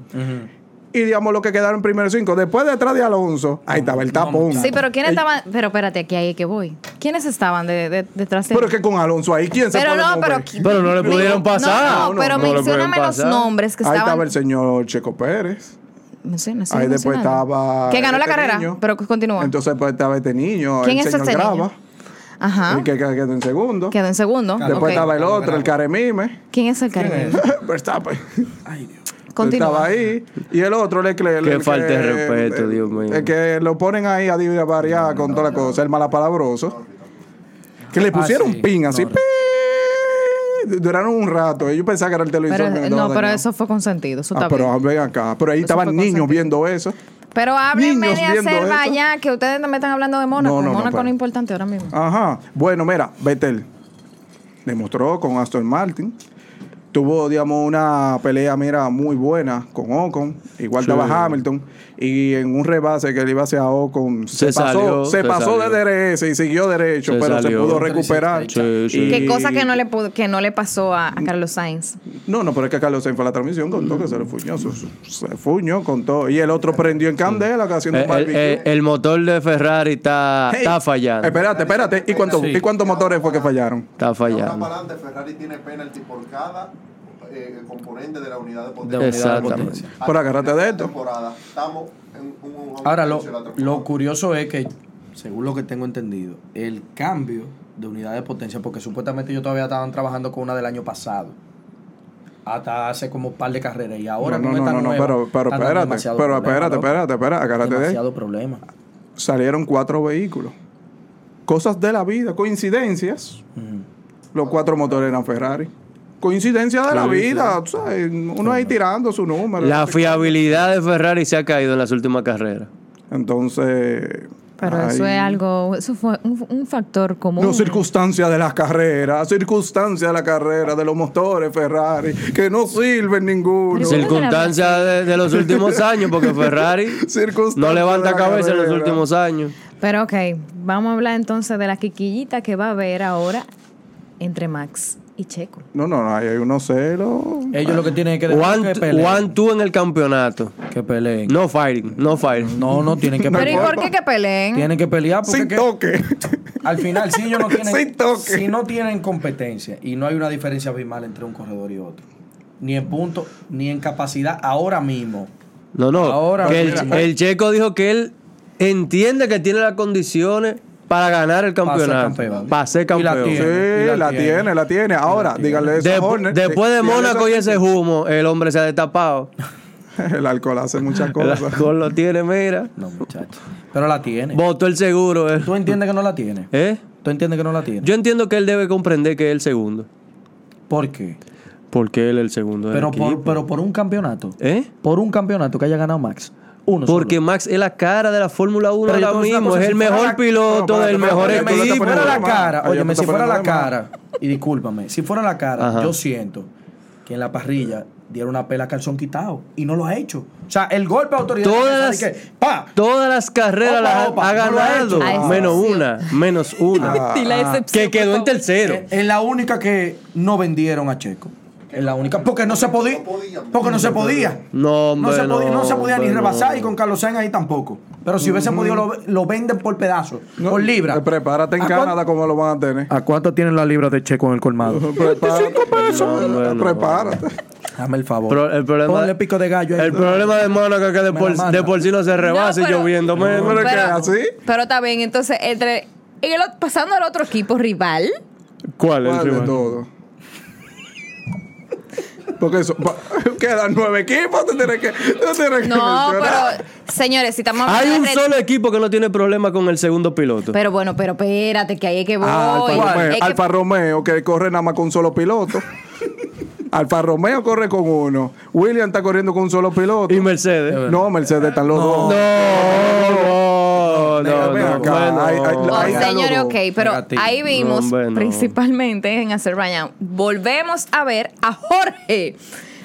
Speaker 2: Y digamos lo que quedaron primero cinco. Después detrás de Alonso, ahí estaba el tapón.
Speaker 1: Sí, pero ¿quiénes estaban? Pero espérate, aquí ahí que voy. ¿Quiénes estaban de, de- detrás de
Speaker 2: Pero es que con Alonso ahí, ¿quién se
Speaker 1: Pero
Speaker 2: puede
Speaker 1: no,
Speaker 2: mover?
Speaker 1: pero.
Speaker 4: Pero no le
Speaker 1: Digo,
Speaker 4: pudieron pasar.
Speaker 1: No, no,
Speaker 4: No,
Speaker 1: pero
Speaker 4: no le
Speaker 1: mencióname
Speaker 4: pudieron
Speaker 1: los
Speaker 4: pasar.
Speaker 1: nombres que
Speaker 2: Ahí
Speaker 1: estaban.
Speaker 2: estaba el señor Checo Pérez.
Speaker 1: Menciona, sigue
Speaker 2: Ahí después
Speaker 1: mencionando.
Speaker 2: estaba.
Speaker 1: Que ganó la
Speaker 2: este
Speaker 1: carrera,
Speaker 2: niño.
Speaker 1: pero continúa.
Speaker 2: Entonces pues, estaba este niño,
Speaker 1: ¿Quién
Speaker 2: el
Speaker 1: es
Speaker 2: señor
Speaker 1: ese niño?
Speaker 2: Grava,
Speaker 1: Ajá.
Speaker 2: el que que quedó en segundo.
Speaker 1: Quedó en segundo.
Speaker 2: Después
Speaker 1: Ah. ok.
Speaker 2: estaba el otro, el Caremime.
Speaker 1: ¿Quién es el cariño?
Speaker 2: Verstappen. pues, Estaba
Speaker 1: Continúa.
Speaker 2: ahí. Y el otro, Leclerc.
Speaker 4: Qué
Speaker 2: el que-
Speaker 4: falta de respeto,
Speaker 2: el-
Speaker 4: Dios mío.
Speaker 2: El que lo ponen ahí a dividir, a variar
Speaker 4: Ah,
Speaker 2: con toda la cosa. El malapalabroso. Que le pusieron
Speaker 3: sí,
Speaker 2: pin así.
Speaker 3: no,
Speaker 2: pin, duraron un rato. Ellos pensaban que era el televisor.
Speaker 1: Pero,
Speaker 2: que me estaba
Speaker 1: no, pero
Speaker 2: dañando.
Speaker 1: eso fue consentido. Eso
Speaker 2: Ah,
Speaker 1: está
Speaker 2: pero
Speaker 1: bien.
Speaker 2: ven acá. Pero ahí
Speaker 1: Eso
Speaker 2: estaban
Speaker 1: fue
Speaker 2: niños
Speaker 1: consentido.
Speaker 2: viendo eso.
Speaker 1: Pero háblenme
Speaker 2: Niños
Speaker 1: de
Speaker 2: viendo
Speaker 1: hacer
Speaker 2: esto.
Speaker 1: allá, que ustedes no me están hablando de Mónaco.
Speaker 2: No, no, no,
Speaker 1: Mónaco no
Speaker 2: pero- Ah,
Speaker 1: es importante ahora mismo.
Speaker 2: Ajá. Bueno, mira, Vettel demostró con Aston Martin. Tuvo, digamos, una pelea, mira, muy buena con Ocon. Igual estaba Hamilton. Y en un rebase que le iba hacia Ocon, se,
Speaker 4: Se
Speaker 2: pasó,
Speaker 4: salió,
Speaker 2: se
Speaker 4: se
Speaker 2: pasó
Speaker 4: salió.
Speaker 2: de DRS y siguió derecho,
Speaker 4: Se
Speaker 2: pero
Speaker 4: salió.
Speaker 2: se pudo recuperar.
Speaker 4: Sí, sí.
Speaker 2: Y-
Speaker 1: Qué cosa que no le pudo- que no le pasó a, a Carlos Sainz.
Speaker 2: No, no, pero es que Carlos Sainz fue a la transmisión, contó que se le fuñó. Se, se fuñó, contó. Y el otro prendió en candela, que haciendo
Speaker 4: Eh, El,
Speaker 2: un barbecue.
Speaker 4: el- el motor de Ferrari está,
Speaker 2: Hey,
Speaker 4: eh, está fallando.
Speaker 2: Espérate, espérate. ¿Y, cuánto- ¿Y cuántos motores fue que fallaron?
Speaker 4: Está
Speaker 5: Ahora
Speaker 4: fallando.
Speaker 5: para adelante, Ferrari tiene penalti por cada eh, componente de la unidad de
Speaker 3: de unidad
Speaker 5: potencia.
Speaker 3: de
Speaker 4: Exactamente.
Speaker 3: potencia.
Speaker 5: Al
Speaker 2: Pero agárrate de esto.
Speaker 5: temporada, estamos en un- un- un-
Speaker 3: Ahora, lo,
Speaker 5: de la temporada.
Speaker 3: lo curioso es que, según lo que tengo entendido, el cambio de unidad de potencia, porque supuestamente ellos todavía estaban trabajando con una del año pasado, hasta hace como un par de carreras, y ahora
Speaker 2: no,
Speaker 3: con
Speaker 2: no,
Speaker 3: esta
Speaker 2: no, no,
Speaker 3: nueva,
Speaker 2: pero, pero
Speaker 3: están dando
Speaker 2: espérate,
Speaker 3: demasiado
Speaker 2: pero
Speaker 3: problema,
Speaker 2: espérate,
Speaker 3: loco.
Speaker 2: espérate, espérate, ¿eh? agárrate de
Speaker 3: Demasiado problema.
Speaker 2: Salieron cuatro vehículos. Cosas de la vida, coincidencias.
Speaker 3: Mm.
Speaker 2: Los cuatro motores eran Ferrari. Coincidencia de la
Speaker 4: Sí, sí.
Speaker 2: vida, tú sabes, uno ahí tirando su número.
Speaker 4: La fiabilidad de Ferrari se ha caído en las últimas carreras.
Speaker 2: Entonces.
Speaker 1: Pero eso
Speaker 2: ay.
Speaker 1: es algo, eso fue un, un factor común.
Speaker 2: No, circunstancias de las carreras, circunstancias de la carrera, de los motores Ferrari, que no sirven ninguno.
Speaker 1: Pero Sí.
Speaker 4: Circunstancias de, de los últimos años, porque Ferrari
Speaker 2: Circunstancias
Speaker 4: no
Speaker 2: de
Speaker 4: levanta
Speaker 2: la
Speaker 4: cabeza en los
Speaker 2: carrera.
Speaker 4: últimos años.
Speaker 1: Pero ok, vamos a hablar entonces de la quiquillita que va a haber ahora entre Max y Checo.
Speaker 2: No, no, no, ahí hay unos celos.
Speaker 3: Ellos lo que tienen que dejar es que
Speaker 4: One,
Speaker 3: peleen.
Speaker 4: one, two en el campeonato.
Speaker 3: que peleen.
Speaker 4: No fighting, no fighting.
Speaker 3: No, no, tienen que
Speaker 1: Pero ¿y
Speaker 3: pelear.
Speaker 1: por qué que peleen?
Speaker 3: Tienen que pelear porque
Speaker 2: Sin
Speaker 3: que-
Speaker 2: toque.
Speaker 3: al final, si ellos no tienen,
Speaker 2: Sin toque.
Speaker 3: si no tienen competencia y no hay una diferencia abismal entre un corredor y otro, ni en punto, ni en capacidad, ahora mismo.
Speaker 4: No, no.
Speaker 3: Ahora,
Speaker 4: que el,
Speaker 3: mira.
Speaker 4: el checo dijo que él entiende que tiene las condiciones para ganar el
Speaker 3: Para ser
Speaker 4: campeonato.
Speaker 3: campeón.
Speaker 4: Para ser
Speaker 3: Y la
Speaker 4: campeón.
Speaker 2: Sí,
Speaker 3: tiene. Y
Speaker 2: la,
Speaker 3: la
Speaker 2: tiene,
Speaker 3: tiene.
Speaker 2: la tiene. Ahora, díganle eso a
Speaker 4: Depu-
Speaker 2: Horner.
Speaker 4: después de
Speaker 2: Dí- díganle eso
Speaker 4: Mónaco
Speaker 2: eh, a-
Speaker 4: y ese humo, el hombre se ha destapado.
Speaker 2: El alcohol hace muchas
Speaker 4: El
Speaker 2: cosas.
Speaker 4: alcohol lo tiene, mira.
Speaker 3: No, muchachos. Pero la tiene.
Speaker 4: Votó el seguro. él.
Speaker 3: ¿Tú entiendes que no la tiene?
Speaker 4: ¿Eh?
Speaker 3: ¿Tú entiendes que no la tiene?
Speaker 4: Yo entiendo que él debe comprender que es el segundo.
Speaker 3: ¿Por qué?
Speaker 4: Porque él es el segundo del
Speaker 3: Pero por,
Speaker 4: equipo.
Speaker 3: pero por un campeonato.
Speaker 4: ¿Eh?
Speaker 3: Por un campeonato que haya ganado Max. Uno
Speaker 4: Porque
Speaker 3: solo.
Speaker 4: Max es la cara de la Fórmula 1
Speaker 3: Pero yo te voy a
Speaker 4: ahora
Speaker 3: decir una
Speaker 4: mismo.
Speaker 3: cosa,
Speaker 4: Es
Speaker 3: si
Speaker 4: el
Speaker 3: fuera
Speaker 4: mejor
Speaker 3: la-
Speaker 2: No,
Speaker 4: piloto
Speaker 2: espérate,
Speaker 4: del
Speaker 2: espérate,
Speaker 4: mejor
Speaker 2: espérate, tú
Speaker 3: Óyeme,
Speaker 2: te
Speaker 3: si
Speaker 4: equipo.
Speaker 2: pones
Speaker 3: fuera la
Speaker 2: mal.
Speaker 3: cara,
Speaker 2: Ahí ya
Speaker 3: óyeme,
Speaker 2: tú te
Speaker 3: si fuera
Speaker 2: pones
Speaker 3: la
Speaker 2: muy mal.
Speaker 3: cara, y discúlpame, si fuera la cara,
Speaker 4: Ajá.
Speaker 3: yo siento que en la parrilla dieron una pela a calzón quitado y no lo ha hecho. O sea, el golpe de autoridad
Speaker 4: Todas
Speaker 3: de
Speaker 4: las-
Speaker 3: que, ¡pa!
Speaker 4: Todas las
Speaker 3: Opa,
Speaker 4: carreras las ha-
Speaker 3: opa,
Speaker 4: ha
Speaker 3: no lo ha
Speaker 4: ganado.
Speaker 3: hecho.
Speaker 1: Ah, eso
Speaker 4: menos
Speaker 1: sí.
Speaker 4: una. Menos una.
Speaker 1: y la excepción.
Speaker 4: Ah, que quedó en tercero.
Speaker 3: Eh, Es la única que no vendieron a Checo. Es la única. Porque no se podía. Porque no se podía.
Speaker 4: No, hombre,
Speaker 3: se podía, no,
Speaker 4: no,
Speaker 3: se podía ni
Speaker 4: hombre,
Speaker 3: rebasar
Speaker 4: no.
Speaker 3: y con Carlos Sainz ahí tampoco. Pero si hubiesen podido, lo, lo venden por pedazos,
Speaker 2: No,
Speaker 3: por libra.
Speaker 2: eh, Prepárate en
Speaker 3: ¿A
Speaker 2: Canadá como lo van a tener.
Speaker 3: ¿A cuánto tienen las libras de Checo en el colmado?
Speaker 2: Prepárate.
Speaker 4: No, hombre, no.
Speaker 2: Prepárate.
Speaker 3: Dame el favor.
Speaker 4: Pro- el problema,
Speaker 3: Ponle pico de gallo ahí.
Speaker 4: El problema de Mónaco es que de
Speaker 3: Me
Speaker 4: por,
Speaker 3: la manda.
Speaker 4: de por sí no se rebasa
Speaker 1: No,
Speaker 4: y
Speaker 1: pero-
Speaker 4: lloviendo. Me-
Speaker 2: No,
Speaker 4: me lo
Speaker 2: pero-
Speaker 4: queda.
Speaker 2: así.
Speaker 1: Pero está bien, entonces, entre, y el ot- pasando al otro equipo rival,
Speaker 4: ¿Cuál es el
Speaker 2: ¿Cuál de
Speaker 4: rival?
Speaker 2: todo? Porque eso, pa- quedan nueve equipos, tú tienes que, tú tienes que
Speaker 1: no,
Speaker 2: mencionar.
Speaker 1: pero, señores, si estamos
Speaker 4: Hay
Speaker 1: hablando
Speaker 4: un
Speaker 1: de re-
Speaker 4: solo equipo que no tiene problema con el segundo piloto.
Speaker 1: Pero bueno, pero espérate, que ahí es que voy.
Speaker 2: Ah, Alfa, Romeo,
Speaker 1: Es que-
Speaker 2: Alfa Romeo, que corre nada más con un solo piloto. Alfa Romeo corre con uno. William está corriendo con un solo piloto.
Speaker 4: y Mercedes.
Speaker 2: No, Mercedes están los
Speaker 4: No,
Speaker 2: dos.
Speaker 4: no, no.
Speaker 2: ven
Speaker 4: no,
Speaker 2: acá,
Speaker 4: bueno.
Speaker 2: hay- hay-
Speaker 1: Oh,
Speaker 2: hay- Ahí está
Speaker 1: señores,
Speaker 2: lo-
Speaker 1: ok, pero
Speaker 3: negativo.
Speaker 1: ahí
Speaker 4: No,
Speaker 1: vimos
Speaker 4: hombre, no.
Speaker 1: principalmente en Azerbaiyán. Volvemos a ver a Jorge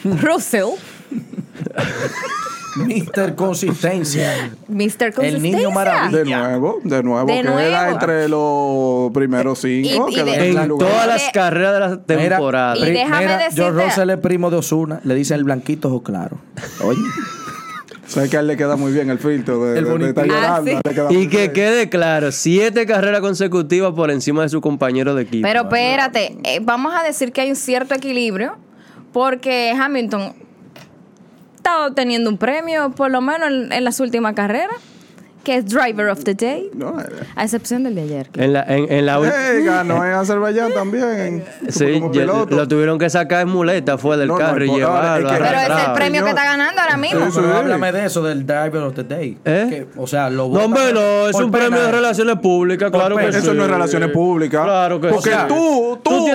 Speaker 1: Russell,
Speaker 3: Mister Consistencia.
Speaker 1: Mr. Consistencia.
Speaker 3: niño maravilla.
Speaker 2: De nuevo, de nuevo,
Speaker 1: De
Speaker 2: queda
Speaker 1: nuevo.
Speaker 2: entre los primeros cinco.
Speaker 1: y
Speaker 2: queda
Speaker 1: de-
Speaker 2: en primer
Speaker 4: En
Speaker 2: lugar.
Speaker 4: todas las
Speaker 1: Mira,
Speaker 4: carreras de la temporada.
Speaker 1: y de- déjame
Speaker 3: mira,
Speaker 1: decirte-
Speaker 3: George Russell es primo de Osuna. Le dicen el blanquito o claro. Oye.
Speaker 2: Sabes que a él le queda muy bien el filtro de,
Speaker 3: El
Speaker 2: de- de estar
Speaker 3: bonito.
Speaker 1: Ah,
Speaker 2: llorando,
Speaker 1: sí.
Speaker 2: le queda muy
Speaker 4: Y que
Speaker 2: bien.
Speaker 4: quede claro, siete carreras consecutivas por encima de su compañero de equipo.
Speaker 1: Pero espérate, eh, vamos a decir que hay un cierto equilibrio porque Hamilton estaba obteniendo un premio por lo menos en, en las últimas carreras que es Driver of the Day,
Speaker 2: No, eh,
Speaker 1: a excepción del de ayer.
Speaker 4: En la, en, en la ul-
Speaker 2: eh, ganó en Azerbaiyán también. en-
Speaker 4: Sí,
Speaker 2: como
Speaker 4: ya-
Speaker 2: piloto.
Speaker 4: lo tuvieron que sacar en muleta, fue del
Speaker 2: No, no,
Speaker 4: carro y
Speaker 2: por- ahora,
Speaker 4: llevarlo.
Speaker 2: es que-
Speaker 1: Pero es el
Speaker 4: arrastrado.
Speaker 1: premio que
Speaker 2: Señor.
Speaker 1: está ganando ahora mismo.
Speaker 2: Sí, sí.
Speaker 3: Pero háblame de eso, del Driver of the Day.
Speaker 4: ¿Eh?
Speaker 3: Que, o sea, lo
Speaker 4: No,
Speaker 3: votan
Speaker 4: hombre, no, es
Speaker 3: por
Speaker 4: un
Speaker 3: pena.
Speaker 4: premio de relaciones públicas,
Speaker 3: Por
Speaker 4: claro que
Speaker 3: pena.
Speaker 4: sí.
Speaker 2: Eso no es relaciones públicas.
Speaker 4: Claro que
Speaker 2: Porque
Speaker 4: sí.
Speaker 2: tú, tú, tú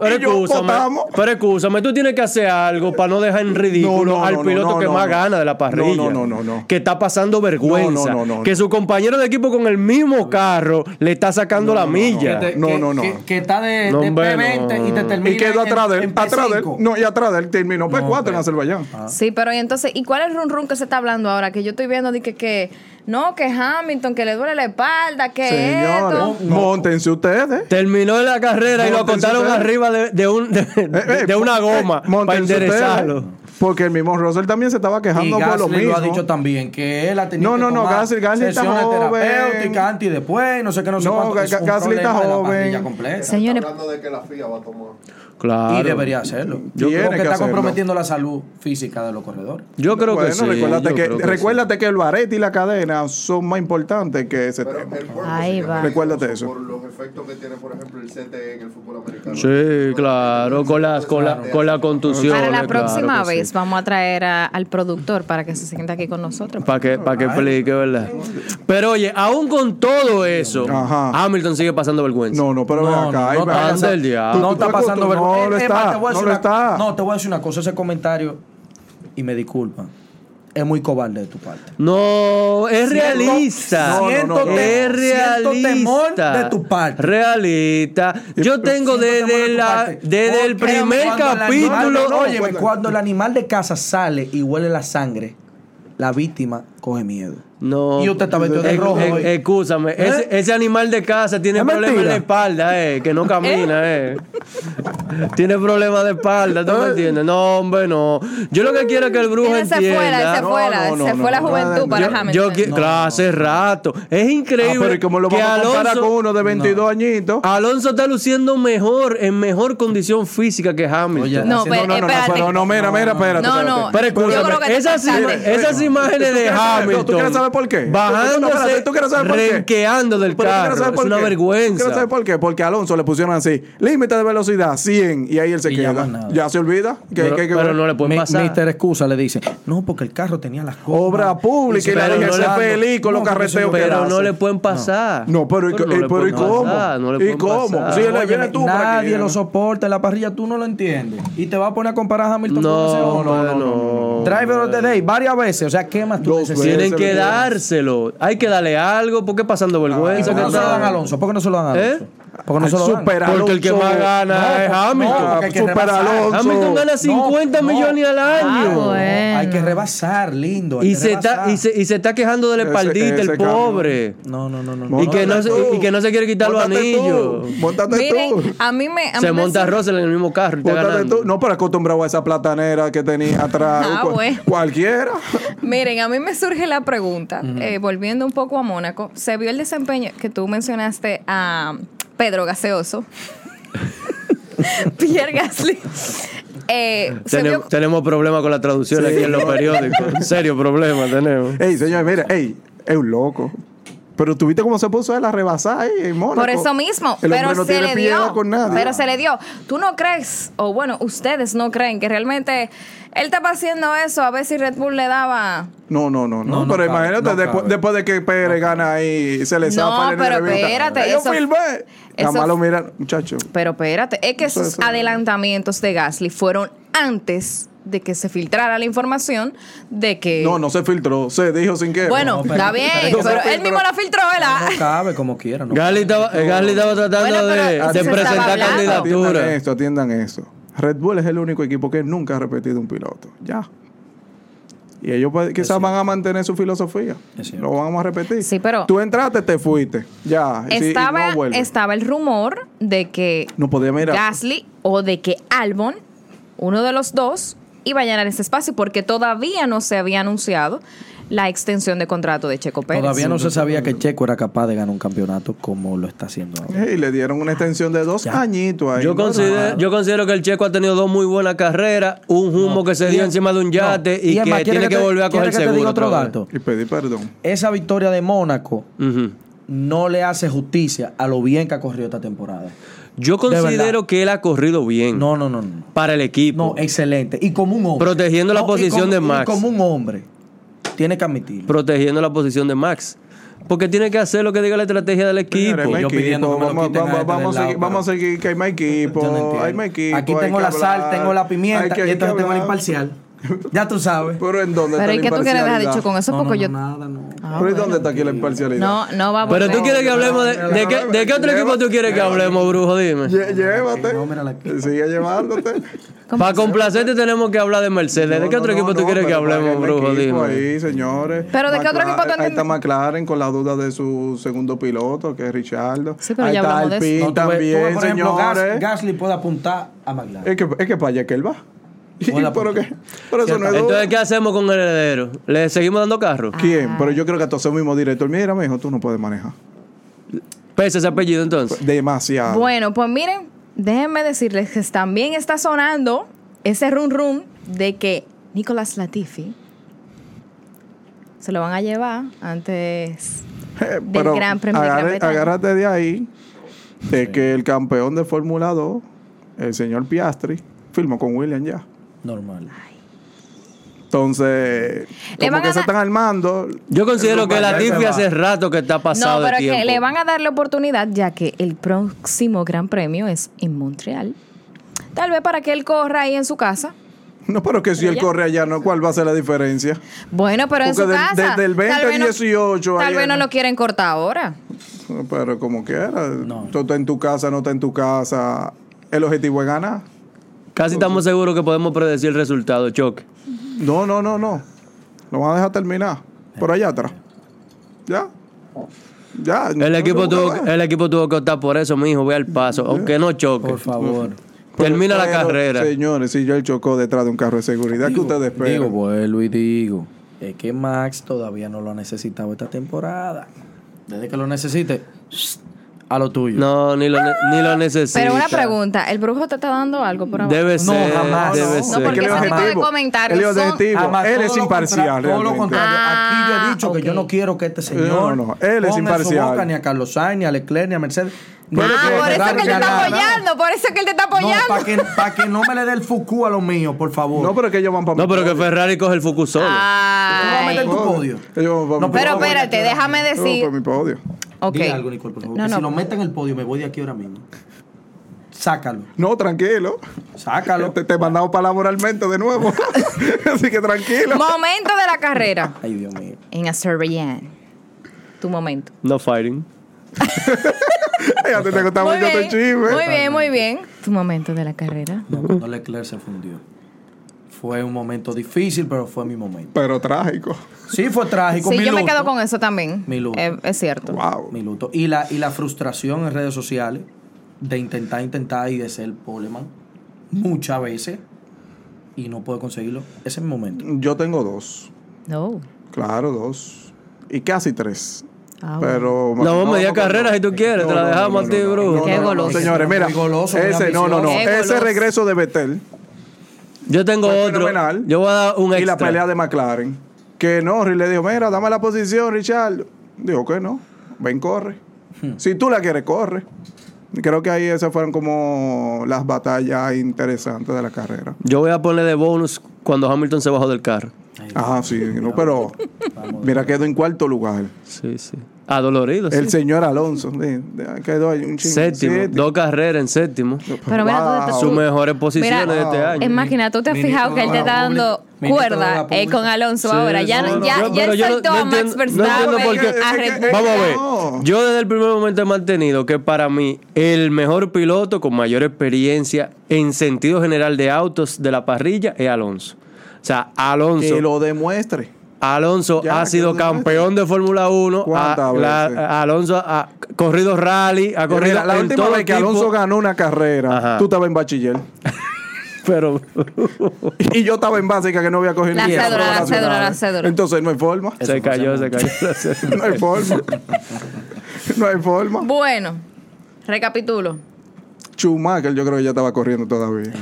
Speaker 4: pero
Speaker 2: y yo
Speaker 4: escúchame,
Speaker 2: votamos.
Speaker 4: Pero escúchame, tú tienes que hacer algo para no dejar en ridículo
Speaker 2: No, no,
Speaker 4: al
Speaker 2: no,
Speaker 4: piloto
Speaker 2: no,
Speaker 4: que
Speaker 2: no,
Speaker 4: más
Speaker 2: no.
Speaker 4: gana de la parrilla.
Speaker 2: No, no, no, no, no.
Speaker 4: Que está pasando vergüenza.
Speaker 2: No, no, no, no.
Speaker 4: que su compañero de equipo con el mismo carro le está sacando la milla.
Speaker 3: Que te-
Speaker 2: No,
Speaker 3: que-
Speaker 2: no, no.
Speaker 3: Que, que está de,
Speaker 4: No,
Speaker 3: de
Speaker 4: hombre,
Speaker 3: P20
Speaker 4: no.
Speaker 3: y te termina.
Speaker 2: Y quedó
Speaker 3: en-
Speaker 2: atrás de él.
Speaker 3: en P5.
Speaker 2: Atrás de él. No, y atrás de él terminó P4 en Azerbaiyán.
Speaker 1: Sí, pero y entonces, ¿y cuál es el run run que se está hablando ahora? Que yo estoy viendo de que, que no, que Hamilton, que le duele la espalda, que
Speaker 2: Señores,
Speaker 1: esto.
Speaker 2: montense ustedes.
Speaker 4: Terminó la carrera y lo
Speaker 2: Montense
Speaker 4: acostaron
Speaker 2: ustedes.
Speaker 4: arriba de, de un- de- de-
Speaker 2: Eh, eh,
Speaker 4: de una goma
Speaker 2: eh, montense
Speaker 4: para enderezarlo.
Speaker 2: ustedes, Porque el mismo Russell también se estaba
Speaker 3: Y
Speaker 2: quejando por lo
Speaker 3: Gasly
Speaker 2: mismo.
Speaker 3: lo ha dicho también, que él ha tenido
Speaker 2: No,
Speaker 3: que
Speaker 2: no, no,
Speaker 3: tomar
Speaker 2: Gasly- Gasly está
Speaker 3: sesiones
Speaker 2: joven.
Speaker 3: terapéuticas antes y después, no sé qué, no sé
Speaker 2: No,
Speaker 3: cuánto.
Speaker 2: Ga-
Speaker 3: Es un
Speaker 2: Gasly está
Speaker 3: problema de la
Speaker 2: joven.
Speaker 3: parrilla completa.
Speaker 1: Señores,
Speaker 5: Está hablando de que la FIA va a tomar.
Speaker 4: Claro.
Speaker 3: Y debería hacerlo. Yo
Speaker 2: Tiene
Speaker 3: creo que,
Speaker 2: que
Speaker 3: está
Speaker 2: hacerlo.
Speaker 3: comprometiendo la salud física de los corredores.
Speaker 4: Yo creo
Speaker 2: Bueno,
Speaker 4: que sí.
Speaker 2: recuérdate,
Speaker 4: yo
Speaker 2: que,
Speaker 4: creo que sí.
Speaker 2: recuérdate que el barete y la cadena son más importantes que ese
Speaker 5: Pero el
Speaker 2: tema.
Speaker 5: cuerpo
Speaker 1: Ahí
Speaker 5: sí que
Speaker 1: va.
Speaker 5: es
Speaker 2: Recuérdate
Speaker 5: peligroso
Speaker 2: eso.
Speaker 5: Por los efectos que tiene, por ejemplo, el CTE en el fútbol americano.
Speaker 4: Sí, claro, con las con la, con la contusión.
Speaker 1: para la próxima
Speaker 4: claro que sí.
Speaker 1: vez vamos a traer a- al productor para que se sienta aquí con nosotros.
Speaker 4: Para que, pa' que
Speaker 3: Ah,
Speaker 4: explique, ¿verdad? Pero oye, aún con todo eso,
Speaker 2: Ajá.
Speaker 4: Hamilton sigue pasando vergüenza.
Speaker 2: No, no, pero ven
Speaker 3: No,
Speaker 2: acá. ahí
Speaker 3: no,
Speaker 2: va.
Speaker 4: está-
Speaker 2: O sea,
Speaker 4: del diablo.
Speaker 2: tú-
Speaker 4: No
Speaker 2: tú-
Speaker 3: está
Speaker 2: tú-
Speaker 3: pasando vergüenza.
Speaker 2: No lo
Speaker 3: Eh, eh, pa,
Speaker 2: está.
Speaker 3: te voy a
Speaker 2: No
Speaker 3: decir
Speaker 2: lo
Speaker 3: una-
Speaker 2: está.
Speaker 3: No, te voy a decir una cosa. Ese comentario, y me disculpan, es muy cobarde de tu parte.
Speaker 4: No, es realista.
Speaker 2: no, no, no, no.
Speaker 4: es
Speaker 3: Siento
Speaker 4: realista.
Speaker 3: temor de tu parte.
Speaker 4: Realista. Yo tengo
Speaker 3: Siento temor
Speaker 4: desde,
Speaker 3: de tu
Speaker 4: la,
Speaker 3: parte.
Speaker 4: desde el
Speaker 3: Porque
Speaker 4: primer
Speaker 3: cuando el animal-
Speaker 4: capítulo.
Speaker 3: no, óyeme, cuando el animal de casa sale y huele la sangre, la víctima coge miedo.
Speaker 4: No.
Speaker 3: Y usted está vestido de
Speaker 4: Eh,
Speaker 3: rojo
Speaker 4: eh,
Speaker 3: hoy.
Speaker 4: Escúchame, ese, ese animal de casa tiene
Speaker 2: Es
Speaker 4: problemas en
Speaker 2: mentira.
Speaker 4: la espalda, eh, que no camina, eh. tiene problemas de espalda, ¿tú
Speaker 2: ¿Eh?
Speaker 4: me entiendes? No, hombre, no. Yo lo que quiero es que el brujo
Speaker 1: Él se
Speaker 4: entienda.
Speaker 1: fue, la- él se
Speaker 2: No,
Speaker 1: fue, la-
Speaker 2: no, no,
Speaker 1: se fue la
Speaker 2: no,
Speaker 1: juventud
Speaker 2: no,
Speaker 1: para
Speaker 4: Yo-
Speaker 1: Hamilton.
Speaker 4: Yo, qui- claro, hace rato. Es
Speaker 2: Ah,
Speaker 4: increíble.
Speaker 2: pero ¿y cómo lo
Speaker 4: que
Speaker 2: vamos a comparar
Speaker 4: Alonso,
Speaker 2: con uno de 22 añitos?
Speaker 4: Alonso está luciendo mejor, en mejor condición física que
Speaker 3: Oye,
Speaker 4: Hamilton.
Speaker 1: No,
Speaker 3: haciendo-
Speaker 1: pero-
Speaker 2: no, no, no,
Speaker 1: pues, espérate.
Speaker 2: pero no, mira, mira, espérate.
Speaker 1: No,
Speaker 2: espérate.
Speaker 1: no.
Speaker 4: Pero
Speaker 1: Yo creo que
Speaker 4: escúchame,
Speaker 1: te
Speaker 4: esas,
Speaker 1: pasaste.
Speaker 4: ima- esas imágenes
Speaker 2: ¿Tú
Speaker 4: de
Speaker 2: quieres saber?
Speaker 4: Hamilton.
Speaker 2: ¿Tú quieres saber por qué? No, espérate,
Speaker 4: Bajándose,
Speaker 2: ¿tú quieres saber por qué?
Speaker 4: renqueando del
Speaker 2: ¿Tú quieres
Speaker 4: carro.
Speaker 2: saber
Speaker 4: Es
Speaker 2: por
Speaker 4: una
Speaker 2: qué? ¿Tú
Speaker 4: vergüenza.
Speaker 2: quieres saber por qué? Porque a Alonso le pusieron así, límite de velocidad 100 y ahí él se
Speaker 3: Y ya más
Speaker 2: queda.
Speaker 3: nada.
Speaker 2: Ya se olvida que
Speaker 4: pero,
Speaker 2: que- que-
Speaker 4: pero no le pueden
Speaker 3: Mi-
Speaker 4: pasar.
Speaker 3: Mister Excusa le dice, no, porque el carro tenía las cosas.
Speaker 2: obra pública y la
Speaker 4: Pero no
Speaker 2: DGC
Speaker 4: le-
Speaker 2: feliz con los
Speaker 3: No, pero
Speaker 2: carreteos que
Speaker 4: pero no
Speaker 2: hacen.
Speaker 4: le pueden pasar.
Speaker 2: No, pero ¿y,
Speaker 4: Pero
Speaker 2: qué-
Speaker 4: no
Speaker 2: eh,
Speaker 4: le
Speaker 2: pero ¿y
Speaker 4: pueden
Speaker 2: cómo?
Speaker 4: pasar, no le
Speaker 2: ¿Y
Speaker 4: pueden
Speaker 2: cómo?
Speaker 4: pasar.
Speaker 2: Si le
Speaker 3: Óyeme,
Speaker 2: viene tú para aquí,
Speaker 3: Ah, nadie
Speaker 2: ¿no?
Speaker 3: lo soporta en la parrilla, tú no lo entiendes. Y te va a poner a comparar a Hamilton con ese
Speaker 4: No,
Speaker 3: hombre.
Speaker 4: hombre, no.
Speaker 3: Driver of the Day, varias veces. O sea, ¿qué más tú
Speaker 2: Dos
Speaker 3: necesitas?
Speaker 2: veces.
Speaker 4: Tienen
Speaker 2: Ese
Speaker 4: que
Speaker 2: pues, lo puedo.
Speaker 4: dárselo. Hay que darle algo. porque pasando
Speaker 3: ¿Y
Speaker 4: vergüenza?
Speaker 3: ¿Por qué no
Speaker 4: que
Speaker 3: se lo dan a
Speaker 4: tal?
Speaker 3: Alonso? ¿Por qué no se lo dan a Alonso?
Speaker 4: ¿Eh?
Speaker 3: ¿Por qué no se lo dan?
Speaker 2: Supera
Speaker 4: Porque el que
Speaker 2: Alonso. eh,
Speaker 4: más gana
Speaker 3: No,
Speaker 4: es Hamilton.
Speaker 3: no, porque hay que
Speaker 2: Supera
Speaker 3: rebasar.
Speaker 2: Alonso.
Speaker 4: Hamilton gana
Speaker 3: No,
Speaker 4: 50
Speaker 3: no.
Speaker 4: millones al año.
Speaker 1: Ah, bueno.
Speaker 3: Hay que rebasar, lindo.
Speaker 2: pues,
Speaker 3: hay
Speaker 4: y,
Speaker 3: que
Speaker 4: se está,
Speaker 3: rebasar.
Speaker 4: y, se, y se está quejando de la
Speaker 2: Ese-
Speaker 4: espaldita,
Speaker 2: ese
Speaker 4: el
Speaker 2: cambio.
Speaker 4: pobre.
Speaker 3: No, no, no, no.
Speaker 4: Y que no se-
Speaker 2: Móntate tú.
Speaker 4: y que no se quiere quitar los
Speaker 2: Móntate
Speaker 4: anillos.
Speaker 2: Oh, tú. Móntate tú.
Speaker 1: Miren, a mí me. a
Speaker 4: Se
Speaker 1: mí me
Speaker 4: monta
Speaker 1: hace-
Speaker 4: Russell en el mismo carro y está
Speaker 2: Póntate
Speaker 4: ganando.
Speaker 2: tú. No, pero acostumbrado a esa platanera que tenía atrás.
Speaker 1: Ah,
Speaker 2: Cu-
Speaker 1: bueno.
Speaker 2: Cualquiera.
Speaker 1: Miren, a mí me surge la pregunta, eh, volviendo un poco a Mónaco, se vio el desempeño que tú mencionaste a Pedro Gaseoso, Pierre Gasly. Eh, se
Speaker 4: Tenem-
Speaker 1: vio,
Speaker 4: Tenemos problemas con la traducción aquí en los periódicos. Serio problema tenemos.
Speaker 2: Ey, señor, mira, ey, es un loco. Pero tuviste cómo se puso él a rebasar ahí en Mónaco.
Speaker 1: por eso mismo,
Speaker 2: El hombre
Speaker 1: pero
Speaker 2: no
Speaker 1: se
Speaker 2: tiene
Speaker 1: le
Speaker 2: piedad
Speaker 1: dio.
Speaker 2: con nadie.
Speaker 1: Pero se le dio. Tú no crees, o bueno, ustedes no creen que realmente él estaba haciendo eso a ver si Red Bull le daba.
Speaker 2: No, no, no, no.
Speaker 3: No, no
Speaker 2: pero
Speaker 3: cabe,
Speaker 2: imagínate,
Speaker 3: no
Speaker 2: después,
Speaker 3: cabe.
Speaker 2: después de que Pérez gana ahí, se le
Speaker 1: No,
Speaker 2: zapa el
Speaker 1: pero
Speaker 2: nervio.
Speaker 1: espérate,
Speaker 2: Yo
Speaker 1: eso-
Speaker 2: filmé. Nada
Speaker 1: eso-
Speaker 2: más lo mira, muchacho.
Speaker 1: Pero espérate, es que
Speaker 2: Eso,
Speaker 1: esos
Speaker 2: eso.
Speaker 1: adelantamientos de Gasly fueron antes de que se filtrara la información de que.
Speaker 2: No, no se filtró, se dijo sin que.
Speaker 1: Eh, Bueno,
Speaker 3: No, pero-
Speaker 1: está bien,
Speaker 3: pero
Speaker 1: pero,
Speaker 2: eso fue-
Speaker 1: él mismo la filtró, ¿verdad?
Speaker 3: No cabe como quiera, ¿no?
Speaker 4: Gasly estaba, eh, Gasly estaba tratando
Speaker 1: Bueno, pero
Speaker 4: de-
Speaker 1: eso
Speaker 4: de,
Speaker 1: se estaba
Speaker 4: presentar
Speaker 1: hablando.
Speaker 2: Atiendan
Speaker 4: candidatura.
Speaker 2: esto, atiendan esto. Red Bull es el único equipo que nunca ha repetido un piloto. Ya. Y ellos pues, quizás van a mantener su filosofía.
Speaker 3: Es cierto.
Speaker 2: Lo vamos a repetir.
Speaker 1: Sí, pero-
Speaker 2: Tú entraste, te fuiste. Ya. sí, y
Speaker 1: Estaba,
Speaker 2: no vuelves.
Speaker 1: estaba el rumor de que
Speaker 2: No podía mirar.
Speaker 1: Gasly o de que Albon, uno de los dos, iba a llenar ese espacio porque todavía no se había anunciado la extensión de contrato de Checo Pérez.
Speaker 3: Todavía no se sabía que Checo era capaz de ganar un campeonato como lo está haciendo ahora.
Speaker 2: Y le dieron una extensión de dos añitos ahí.
Speaker 4: Yo,
Speaker 2: Bueno,
Speaker 4: considero, yo considero que el Checo ha tenido dos muy buenas carreras, un humo que se dio encima de un yate
Speaker 3: No.
Speaker 4: y,
Speaker 3: es
Speaker 4: que
Speaker 3: más, ¿quiere
Speaker 4: tiene que,
Speaker 3: te-
Speaker 4: volver a
Speaker 3: quiere
Speaker 4: coger
Speaker 3: que te
Speaker 4: seguro.
Speaker 3: diga otro
Speaker 4: otra vez.
Speaker 3: dato.
Speaker 2: Y pedí perdón.
Speaker 3: Esa victoria de Mónaco
Speaker 4: Ujú.
Speaker 3: no le hace justicia a lo bien que ha corrido esta temporada.
Speaker 4: Yo
Speaker 3: verdad.
Speaker 4: considero que él ha corrido bien
Speaker 3: No, no, no, no.
Speaker 4: para el
Speaker 3: No, eh.
Speaker 4: equipo.
Speaker 3: excelente. Y como un hombre.
Speaker 4: Protegiendo la
Speaker 3: No, y
Speaker 4: posición
Speaker 3: como-
Speaker 4: de
Speaker 3: y
Speaker 4: Max.
Speaker 3: Como un hombre. Tiene que admitirlo.
Speaker 4: protegiendo la posición de Max. Porque tiene que hacer lo que diga la estrategia del equipo.
Speaker 2: Señores, hay
Speaker 3: yo
Speaker 2: equipo,
Speaker 3: pidiendo que me lo
Speaker 2: vamos,
Speaker 3: quiten a
Speaker 2: vamos-
Speaker 3: este
Speaker 2: vamos
Speaker 3: del
Speaker 2: a seguir,
Speaker 3: lado,
Speaker 2: vamos a seguir que hay más
Speaker 3: Yo no
Speaker 2: equipo,
Speaker 3: entiendo.
Speaker 2: hay más equipo.
Speaker 3: Aquí
Speaker 2: hay
Speaker 3: tengo
Speaker 2: que
Speaker 3: la sal,
Speaker 2: hablar,
Speaker 3: tengo la
Speaker 2: hay
Speaker 3: pimienta
Speaker 2: que- hay
Speaker 3: y entonces
Speaker 2: que
Speaker 3: tengo el
Speaker 2: hablar. Pues,
Speaker 3: imparcial. Ya tú sabes.
Speaker 2: Pero en dónde
Speaker 1: Pero
Speaker 2: está
Speaker 1: ¿y
Speaker 2: la
Speaker 1: qué tú quieres dejar
Speaker 2: imparcialidad?
Speaker 1: dicho con eso?
Speaker 3: No,
Speaker 1: Porque
Speaker 3: no,
Speaker 1: yo...
Speaker 3: nada, no.
Speaker 1: Ah,
Speaker 2: Pero ¿y
Speaker 1: bueno.
Speaker 2: dónde está aquí la imparcialidad?
Speaker 1: No, no va a
Speaker 4: Pero tú
Speaker 1: volver.
Speaker 4: quieres que hablemos de,
Speaker 2: no,
Speaker 4: de,
Speaker 2: no,
Speaker 4: qué,
Speaker 2: no,
Speaker 4: de qué otro
Speaker 2: lleva-
Speaker 4: equipo tú quieres que hablemos, brujo, dime.
Speaker 2: Lle- llévate.
Speaker 3: No, mírala aquí.
Speaker 2: Sigue llevándote.
Speaker 1: ¿Cómo
Speaker 4: Para complacerte tenemos que hablar de Mercedes. ¿De qué
Speaker 2: No,
Speaker 4: otro
Speaker 2: no,
Speaker 4: equipo
Speaker 2: no,
Speaker 4: tú quieres que
Speaker 2: pero
Speaker 4: hablemos,
Speaker 2: hay
Speaker 4: brujo?
Speaker 2: equipo
Speaker 4: Dime.
Speaker 2: Ahí, señores.
Speaker 1: Pero ¿de qué otro
Speaker 2: McLaren-
Speaker 1: equipo tú
Speaker 2: Ahí está
Speaker 1: entiendes?
Speaker 2: McLaren con la duda de su segundo piloto, que es Richardo.
Speaker 1: Sí, pero
Speaker 2: ahí
Speaker 1: ya
Speaker 2: está
Speaker 1: hablamos de
Speaker 2: Alpine
Speaker 1: eso.
Speaker 3: No, tú ves- tú ves,
Speaker 2: también,
Speaker 3: por ejemplo, Gas-
Speaker 2: señores. Eh.
Speaker 3: Gasly puede apuntar a McLaren.
Speaker 2: Es que, es que para allá que él va. Y,
Speaker 3: Buena
Speaker 2: pero
Speaker 3: punta.
Speaker 2: que, pero eso no es duda.
Speaker 4: pues. Entonces, ¿qué hacemos con el heredero? ¿Le seguimos dando carro?
Speaker 1: Ah.
Speaker 2: ¿Quién? Pero yo creo que hasta el mismo director. Mira, mijo, tú no puedes manejar.
Speaker 4: Pese Pues, ese apellido entonces.
Speaker 2: Demasiado.
Speaker 1: Bueno, pues miren, déjenme decirles que también está sonando ese rum rum de que Nicolás Latifi se lo van a llevar antes
Speaker 2: Eh,
Speaker 1: del
Speaker 2: pero
Speaker 1: Gran Premio de Gran
Speaker 2: agarre-
Speaker 1: Bretaña.
Speaker 2: agárrate de ahí de que el campeón de Fórmula 2, el señor Piastri, firmó con William ya.
Speaker 3: Normal.
Speaker 2: Entonces,
Speaker 1: Le van
Speaker 2: como que
Speaker 1: a
Speaker 2: se
Speaker 1: dar-
Speaker 2: están armando.
Speaker 4: Yo considero que la
Speaker 3: ya se
Speaker 4: Tiffy
Speaker 3: va.
Speaker 4: hace rato que está pasado
Speaker 1: no, pero
Speaker 4: de
Speaker 1: es
Speaker 4: tiempo.
Speaker 1: que le van a dar la oportunidad ya que el próximo Gran Premio es en Montreal. Tal vez para que él corra ahí en su casa.
Speaker 2: No, pero que si él corre allá, ¿no? ¿Cuál va a ser la diferencia?
Speaker 1: Bueno, pero en
Speaker 2: Porque
Speaker 1: su
Speaker 2: del-
Speaker 1: casa.
Speaker 2: desde
Speaker 1: tal
Speaker 2: el 20
Speaker 1: vez no-
Speaker 2: 18
Speaker 1: Tal
Speaker 2: ahí
Speaker 1: vez no
Speaker 2: en-
Speaker 1: lo quieren cortar ahora.
Speaker 2: Pero como quiera.
Speaker 3: No.
Speaker 2: Tú estás en tu casa, no estás en tu casa. El objetivo es ganar.
Speaker 4: Casi estamos seguros que podemos predecir el resultado, Choque.
Speaker 2: No, no, no, no. Lo van a dejar terminar. Por allá atrás. ¿Ya? Ya.
Speaker 4: El equipo, tuvo, el equipo tuvo que optar por eso, mijo. Ve al paso. Aunque no choque.
Speaker 3: Por favor.
Speaker 4: Termina la carrera.
Speaker 2: Señores, si yo él chocó detrás de un carro de seguridad, ¿qué ustedes
Speaker 3: Digo,
Speaker 2: esperan?
Speaker 3: vuelvo y digo. Es que Max todavía no lo ha necesitado esta temporada. Desde que lo necesite, a lo tuyo.
Speaker 4: No, ni lo, ne- ni lo necesita.
Speaker 1: Pero una pregunta, ¿el brujo te está dando algo por abajo?
Speaker 4: Debe
Speaker 3: No,
Speaker 4: ser.
Speaker 3: jamás.
Speaker 4: Ah, Debe
Speaker 3: No,
Speaker 4: ser.
Speaker 1: Ah, porque
Speaker 2: Es que el
Speaker 1: ese tipo de
Speaker 2: objetivo-
Speaker 1: comentarios
Speaker 2: el
Speaker 1: son-
Speaker 2: objetivo,
Speaker 3: Además,
Speaker 2: él
Speaker 3: todo
Speaker 2: es
Speaker 3: lo
Speaker 2: imparcial.
Speaker 3: contra- Todo lo
Speaker 2: realmente.
Speaker 3: contrario. Aquí yo
Speaker 1: Ah,
Speaker 3: he dicho que yo
Speaker 1: ok.
Speaker 3: no quiero que este señor
Speaker 2: No, no, él es
Speaker 3: ponga en su
Speaker 2: imparcial.
Speaker 3: boca ni a Carlos Sainz, ni a Leclerc, ni a Mercedes. ni a
Speaker 1: Ah,
Speaker 2: Pero
Speaker 1: por
Speaker 2: que
Speaker 1: eso que
Speaker 3: Ferrari,
Speaker 1: él te
Speaker 3: ni a
Speaker 1: está
Speaker 3: nada.
Speaker 1: apoyando, por eso que él te está
Speaker 3: No,
Speaker 1: apoyando.
Speaker 3: para que, pa' que no me le dé el Fuku a los míos, por favor.
Speaker 2: No, pero que ellos van para
Speaker 4: No, pero que Ferrari coge el Focus solo.
Speaker 1: Ah.
Speaker 3: ¿Tú vas a meter
Speaker 1: Ay.
Speaker 3: tu podio.
Speaker 2: Ellos van
Speaker 3: No,
Speaker 2: para
Speaker 1: Pero
Speaker 3: Vamos,
Speaker 1: espérate,
Speaker 3: vamos,
Speaker 1: déjame
Speaker 2: Por mi
Speaker 1: decir.
Speaker 2: podio.
Speaker 1: Ok.
Speaker 3: Dile algo, Nicole, por favor.
Speaker 1: No,
Speaker 3: que
Speaker 1: no.
Speaker 3: Si lo meten en el podio, me voy de aquí ahora mismo. Sácalo.
Speaker 2: No, tranquilo.
Speaker 3: Sácalo.
Speaker 2: Te, te he mandado para laboralmente de nuevo. Así que tranquilo.
Speaker 1: Momento de la carrera
Speaker 3: Ay, Dios mío.
Speaker 1: en Azerbaiyán. Tu momento.
Speaker 4: No fighting.
Speaker 2: Ya te tengo tan
Speaker 1: Muy
Speaker 2: bonito el
Speaker 1: bien,
Speaker 2: chisme.
Speaker 1: muy bien, muy bien. Tu momento de la carrera.
Speaker 3: No, cuando Leclerc se fundió. Fue un momento difícil, pero fue mi momento.
Speaker 2: Pero trágico.
Speaker 3: Sí, fue trágico.
Speaker 1: Sí,
Speaker 3: mi
Speaker 1: yo me
Speaker 3: luto,
Speaker 1: quedo con eso también.
Speaker 3: Mi luto.
Speaker 1: Eh, es cierto.
Speaker 2: Wow.
Speaker 3: Mi luto. Y la, y la frustración en redes sociales de intentar, intentar y de ser poleman muchas veces y no puedo conseguirlo. Ese es mi momento.
Speaker 2: Yo tengo dos.
Speaker 1: No.
Speaker 2: Claro, dos. Y casi tres.
Speaker 1: Ah, bueno.
Speaker 2: Pero.
Speaker 4: No, vamos a medir carreras si tú quieres. te la dejamos a ti, bro.
Speaker 1: Qué
Speaker 2: no, no,
Speaker 1: goloso.
Speaker 2: Señores, mira.
Speaker 3: Muy goloso, muy
Speaker 2: ese, no, no, no.
Speaker 1: ambicioso. Qué
Speaker 2: Ese
Speaker 1: goloso.
Speaker 2: regreso de Betel
Speaker 4: Yo tengo
Speaker 2: Fue
Speaker 4: otro.
Speaker 2: fenomenal.
Speaker 4: Yo voy a dar un
Speaker 2: y
Speaker 4: extra.
Speaker 2: la pelea de McLaren. Que Norris le dijo, mira, dame la posición, Richard. Dijo que no. Ven, corre.
Speaker 4: Hmm.
Speaker 2: Si tú la quieres, corre. Y Creo que ahí esas fueron como las batallas interesantes de la carrera.
Speaker 4: Yo voy a poner de bonus cuando Hamilton se bajó del carro.
Speaker 2: Ajá, sí, no, pero mira, quedó en cuarto lugar.
Speaker 4: Sí, sí. Adolorido, sí.
Speaker 2: El señor Alonso sí, de- quedó ahí un chingo.
Speaker 4: Séptimo. Dos carreras en séptimo.
Speaker 2: pues,
Speaker 1: Pero mira, tú- tú-
Speaker 4: Sus mejores posiciones
Speaker 1: Mira,
Speaker 4: de este año.
Speaker 1: Es más que nada, tú te has
Speaker 3: Ministro
Speaker 1: fijado que él te
Speaker 3: de la
Speaker 1: está dando
Speaker 3: Pública. Ministro de la
Speaker 1: cuerda eh,
Speaker 3: Pública.
Speaker 1: con Alonso
Speaker 4: Sí,
Speaker 1: ahora. Ya,
Speaker 4: sí, no,
Speaker 1: ya,
Speaker 4: no,
Speaker 1: ya
Speaker 4: pero
Speaker 1: él
Speaker 4: yo no-
Speaker 1: soltó
Speaker 4: no
Speaker 1: a Max
Speaker 4: entiendo- no
Speaker 1: Verstappen.
Speaker 4: entiendo por qué.
Speaker 1: a
Speaker 2: Es que-
Speaker 1: Red Bull.
Speaker 4: Vamos a ver.
Speaker 2: Eh, No.
Speaker 4: Yo desde el primer momento he mantenido que para mí el mejor piloto con mayor experiencia en sentido general de autos de la parrilla es Alonso. O sea, Alonso,
Speaker 2: Que lo demuestre.
Speaker 4: Alonso
Speaker 2: Ya,
Speaker 4: ha
Speaker 2: que
Speaker 4: sido
Speaker 2: lo demuestre.
Speaker 4: campeón de Fórmula 1.
Speaker 2: ¿Cuántas
Speaker 4: ha- la-
Speaker 2: veces?
Speaker 4: Alonso ha corrido rally, ha corrido
Speaker 2: Mira, la
Speaker 4: en
Speaker 2: última
Speaker 4: todo
Speaker 2: vez que
Speaker 4: tipo.
Speaker 2: Alonso ganó una carrera,
Speaker 4: Ajá.
Speaker 2: tú estabas en bachiller.
Speaker 4: Pero
Speaker 2: Y yo estaba en básica que no había cogido
Speaker 1: La
Speaker 2: ni
Speaker 1: cédula,
Speaker 2: prueba
Speaker 1: la
Speaker 2: nacional.
Speaker 1: cédula, la cédula.
Speaker 2: Entonces no hay forma.
Speaker 4: se cayó, se cayó. la cédula.
Speaker 2: No hay forma. no hay forma.
Speaker 1: Bueno, recapitulo.
Speaker 2: Schumacher yo creo que ya estaba corriendo todavía.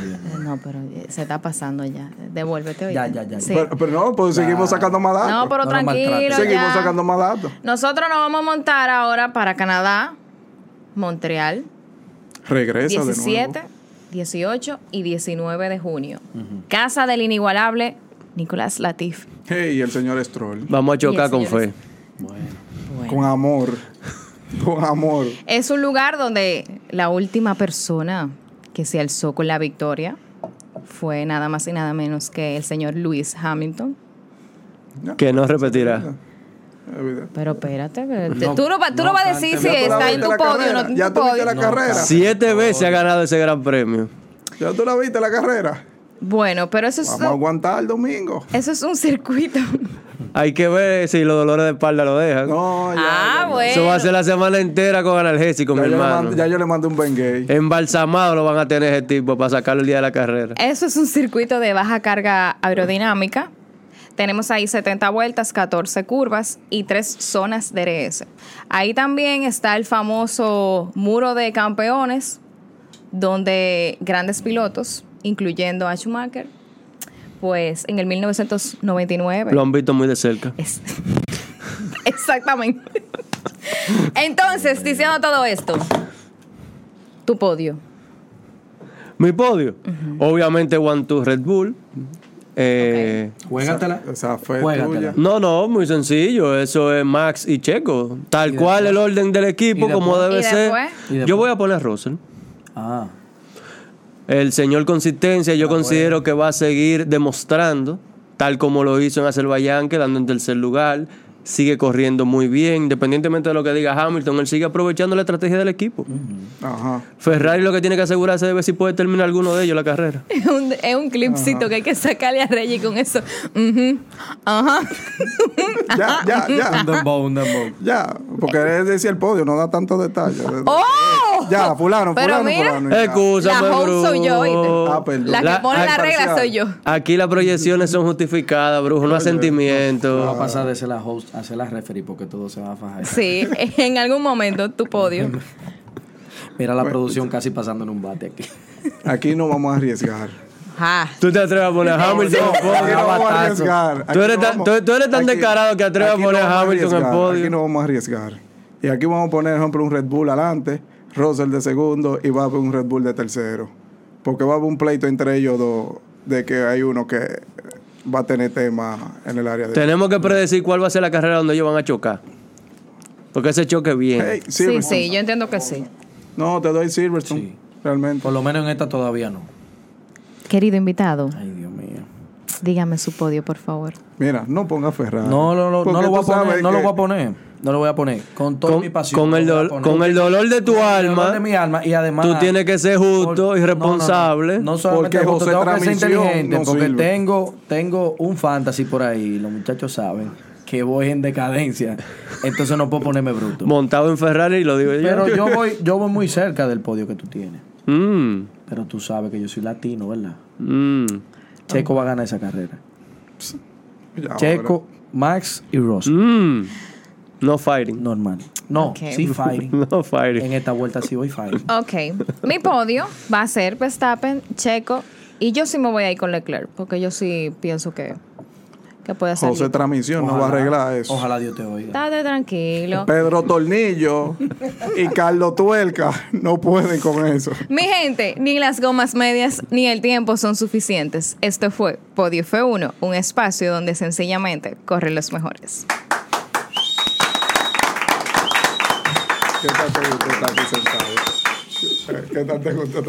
Speaker 1: No, pero eh, se está pasando ya. Devuélvete.
Speaker 3: Ya,
Speaker 1: oíste.
Speaker 3: ya, ya.
Speaker 1: Sí.
Speaker 2: Pero, pero no, pues seguimos sacando más datos.
Speaker 1: No, pero
Speaker 3: No lo
Speaker 1: tranquilo.
Speaker 3: maltrates.
Speaker 2: seguimos
Speaker 1: ya.
Speaker 2: sacando más datos.
Speaker 1: Nosotros nos vamos a montar ahora para Canadá, Montreal,
Speaker 2: Regresa de
Speaker 1: 17,
Speaker 2: nuevo.
Speaker 1: 18 y 19 de junio. Casa del inigualable Nicolás Latif.
Speaker 2: Hey, el señor Stroll.
Speaker 4: Vamos a chocar
Speaker 1: el
Speaker 4: con
Speaker 1: señor
Speaker 4: fe.
Speaker 1: Bueno.
Speaker 2: Con amor. Con amor.
Speaker 1: Es un lugar donde la última persona que se alzó con la victoria fue nada más y nada menos que el señor Lewis Hamilton.
Speaker 2: Ya.
Speaker 4: Que no repetirá.
Speaker 2: Evidente.
Speaker 1: Pero espérate, que te-
Speaker 3: No,
Speaker 1: tú no, vas- tú no
Speaker 3: no
Speaker 1: vas a decir
Speaker 3: obstante,
Speaker 1: si
Speaker 3: ya tú la
Speaker 1: está en
Speaker 2: viste
Speaker 1: tu
Speaker 2: la
Speaker 1: podio o
Speaker 2: carrera,
Speaker 1: no en
Speaker 2: ya
Speaker 1: tu
Speaker 2: tú viste
Speaker 1: podio.
Speaker 2: la carrera.
Speaker 4: Siete veces ha ganado ese gran premio.
Speaker 2: Ya tú la viste la carrera.
Speaker 1: Bueno, pero eso es,
Speaker 2: Vamos a aguantar el domingo.
Speaker 1: eso es un circuito.
Speaker 4: Hay que ver si los dolores de espalda lo dejan.
Speaker 2: No, ya.
Speaker 1: ah, bueno.
Speaker 4: Eso va a ser la semana entera con analgésico,
Speaker 2: ya,
Speaker 4: mi
Speaker 2: yo le
Speaker 4: hermano.
Speaker 2: mando- ya yo le mandé un Bengay.
Speaker 4: Embalsamado lo van a tener ese tipo para sacarlo el día de la carrera.
Speaker 1: Eso es un circuito de baja carga aerodinámica. Tenemos ahí 70 vueltas, 14 curvas y tres zonas DRS. Ahí también está el famoso muro de campeones, donde grandes pilotos, incluyendo a Schumacher, pues en el 1999.
Speaker 4: Lo han visto muy de cerca.
Speaker 1: Es- Exactamente. Entonces, diciendo todo esto, tu podio.
Speaker 4: Mi podio. Obviamente, One Two Red Bull. Eh,
Speaker 3: Juégatela.
Speaker 2: Esa fue
Speaker 3: Juégatela.
Speaker 2: tuya.
Speaker 4: No, no, muy sencillo. Eso es Max y Checo. Tal cual el orden del equipo,
Speaker 3: ¿Y
Speaker 4: como
Speaker 1: después?
Speaker 4: debe
Speaker 1: ¿Y
Speaker 4: ser.
Speaker 1: después?
Speaker 3: ¿Y después?
Speaker 4: Yo voy a poner a Russell.
Speaker 3: Ah.
Speaker 4: El señor Consistencia,
Speaker 2: Ah,
Speaker 4: yo considero que va a seguir demostrando, tal como lo hizo en Azerbaiyán, quedando en tercer lugar. Sigue corriendo muy bien, independientemente de lo que diga Hamilton, él sigue aprovechando la estrategia del equipo.
Speaker 2: Mm. Ajá.
Speaker 4: Ferrari lo que tiene que asegurarse de ver si puede terminar alguno de ellos la carrera.
Speaker 1: Es un, es un clipcito que hay que sacarle a Reggie con eso. Ujú, Ajá.
Speaker 2: Ya, ya,
Speaker 3: Un
Speaker 2: ya.
Speaker 3: dembow, un dembow.
Speaker 2: ya. Porque él decía el podio, no da tantos detalles.
Speaker 1: ¡Oh!
Speaker 2: Ya, fulano,
Speaker 1: Pero
Speaker 2: fulano,
Speaker 1: mira.
Speaker 2: fulano. ya.
Speaker 4: Excusa,
Speaker 1: La host soy yo, ¿oíste?
Speaker 2: Ah, perdón.
Speaker 1: pues, La que
Speaker 4: La-
Speaker 1: pone
Speaker 4: ay,
Speaker 1: la regla
Speaker 2: parcial.
Speaker 1: soy yo.
Speaker 4: Aquí las proyecciones son justificadas, brujo, no hay
Speaker 3: Va
Speaker 4: sentimiento.
Speaker 3: a pasar de ser la host a ser la referee porque todo se va a fajar.
Speaker 1: Sí, en algún momento tu podio.
Speaker 3: Mira la producción casi pasando en un bate aquí.
Speaker 2: Aquí no vamos a arriesgar.
Speaker 1: Ajá.
Speaker 4: Tú te atreves a poner a Hamilton en
Speaker 2: Aquí no
Speaker 4: podio, a
Speaker 2: vamos a
Speaker 4: batazo.
Speaker 2: arriesgar.
Speaker 4: Tú eres
Speaker 2: Aquí no
Speaker 4: tan,
Speaker 2: vamos-
Speaker 4: tú- tú eres tan
Speaker 2: aquí-
Speaker 4: descarado que atreves a
Speaker 2: aquí no
Speaker 4: poner a
Speaker 2: vamos
Speaker 4: Hamilton en
Speaker 2: arriesgar,
Speaker 4: podio.
Speaker 2: Aquí no vamos a arriesgar. Y aquí vamos a poner, por ejemplo, un Red Bull adelante, Russell de segundo y va a haber un Red Bull de tercero. Porque va a haber un pleito entre ellos dos de que hay uno que va a tener tema en el área de...
Speaker 4: Tenemos que predecir cuál va a ser la carrera donde ellos van a chocar. Porque ese choque bien.
Speaker 2: Hey,
Speaker 1: Sí, pues,
Speaker 2: Silverstone.
Speaker 1: sí, yo entiendo que sí.
Speaker 2: No, te doy Silverstone.
Speaker 3: Sí.
Speaker 2: Realmente.
Speaker 3: Por lo menos en esta todavía no.
Speaker 1: Querido invitado,
Speaker 3: Ay, Dios mío.
Speaker 1: dígame su podio, por favor.
Speaker 2: Mira, no ponga
Speaker 4: Ah.
Speaker 2: Ferrari.
Speaker 3: No, no, no, no
Speaker 2: Porque
Speaker 3: lo voy a
Speaker 2: tú sabes
Speaker 3: poner, no
Speaker 2: que-
Speaker 3: lo voy a poner. No lo voy a poner. Con toda
Speaker 4: Con,
Speaker 3: mi pasión.
Speaker 4: con
Speaker 3: no
Speaker 4: el
Speaker 3: lo voy a
Speaker 4: dol-
Speaker 3: poner.
Speaker 4: con el dolor de tu
Speaker 3: Con el
Speaker 4: alma,
Speaker 3: dolor de mi alma y además.
Speaker 4: tú tienes que ser justo
Speaker 3: Por-
Speaker 4: y
Speaker 3: no, no, no.
Speaker 4: responsable.
Speaker 3: No,
Speaker 2: Porque
Speaker 3: solamente justo,
Speaker 2: José
Speaker 3: tengo que ser
Speaker 2: Transmisión
Speaker 3: inteligente.
Speaker 2: no
Speaker 3: porque
Speaker 2: sirve.
Speaker 3: tengo, tengo un fantasy por ahí, los muchachos saben, que voy en decadencia. Entonces no puedo ponerme bruto.
Speaker 4: Montado en Ferrari, lo digo
Speaker 3: Pero
Speaker 4: yo.
Speaker 3: yo voy, yo voy muy cerca del podio que tú tienes.
Speaker 4: Mm,
Speaker 3: Pero tú sabes que yo soy latino, ¿verdad?
Speaker 4: mm.
Speaker 3: Checo va a ganar esa carrera.
Speaker 4: Ah,
Speaker 2: Ya,
Speaker 3: Checo, Max y Ross.
Speaker 4: Mm. No fighting.
Speaker 3: Normal. No,
Speaker 1: Ok.
Speaker 3: sí fighting.
Speaker 4: No
Speaker 3: En
Speaker 4: fighting.
Speaker 3: esta vuelta sí voy fighting.
Speaker 1: Ok, mi podio va a ser Verstappen, Checo y yo sí me voy a ir con Leclerc porque yo sí pienso que, que puede hacer.
Speaker 2: pero José Transmisión no va a arreglar eso.
Speaker 3: Ojalá Dios te oiga.
Speaker 1: Estate tranquilo.
Speaker 2: Pedro Tornillo y Carlos Tuerca no pueden con eso.
Speaker 1: Mi gente, ni las gomas medias ni el tiempo son suficientes. Esto fue Podio F1, un espacio donde sencillamente corren los mejores.
Speaker 2: ¿Qué tal te gusta estar aquí sentado? ¿Qué tal te gusta estar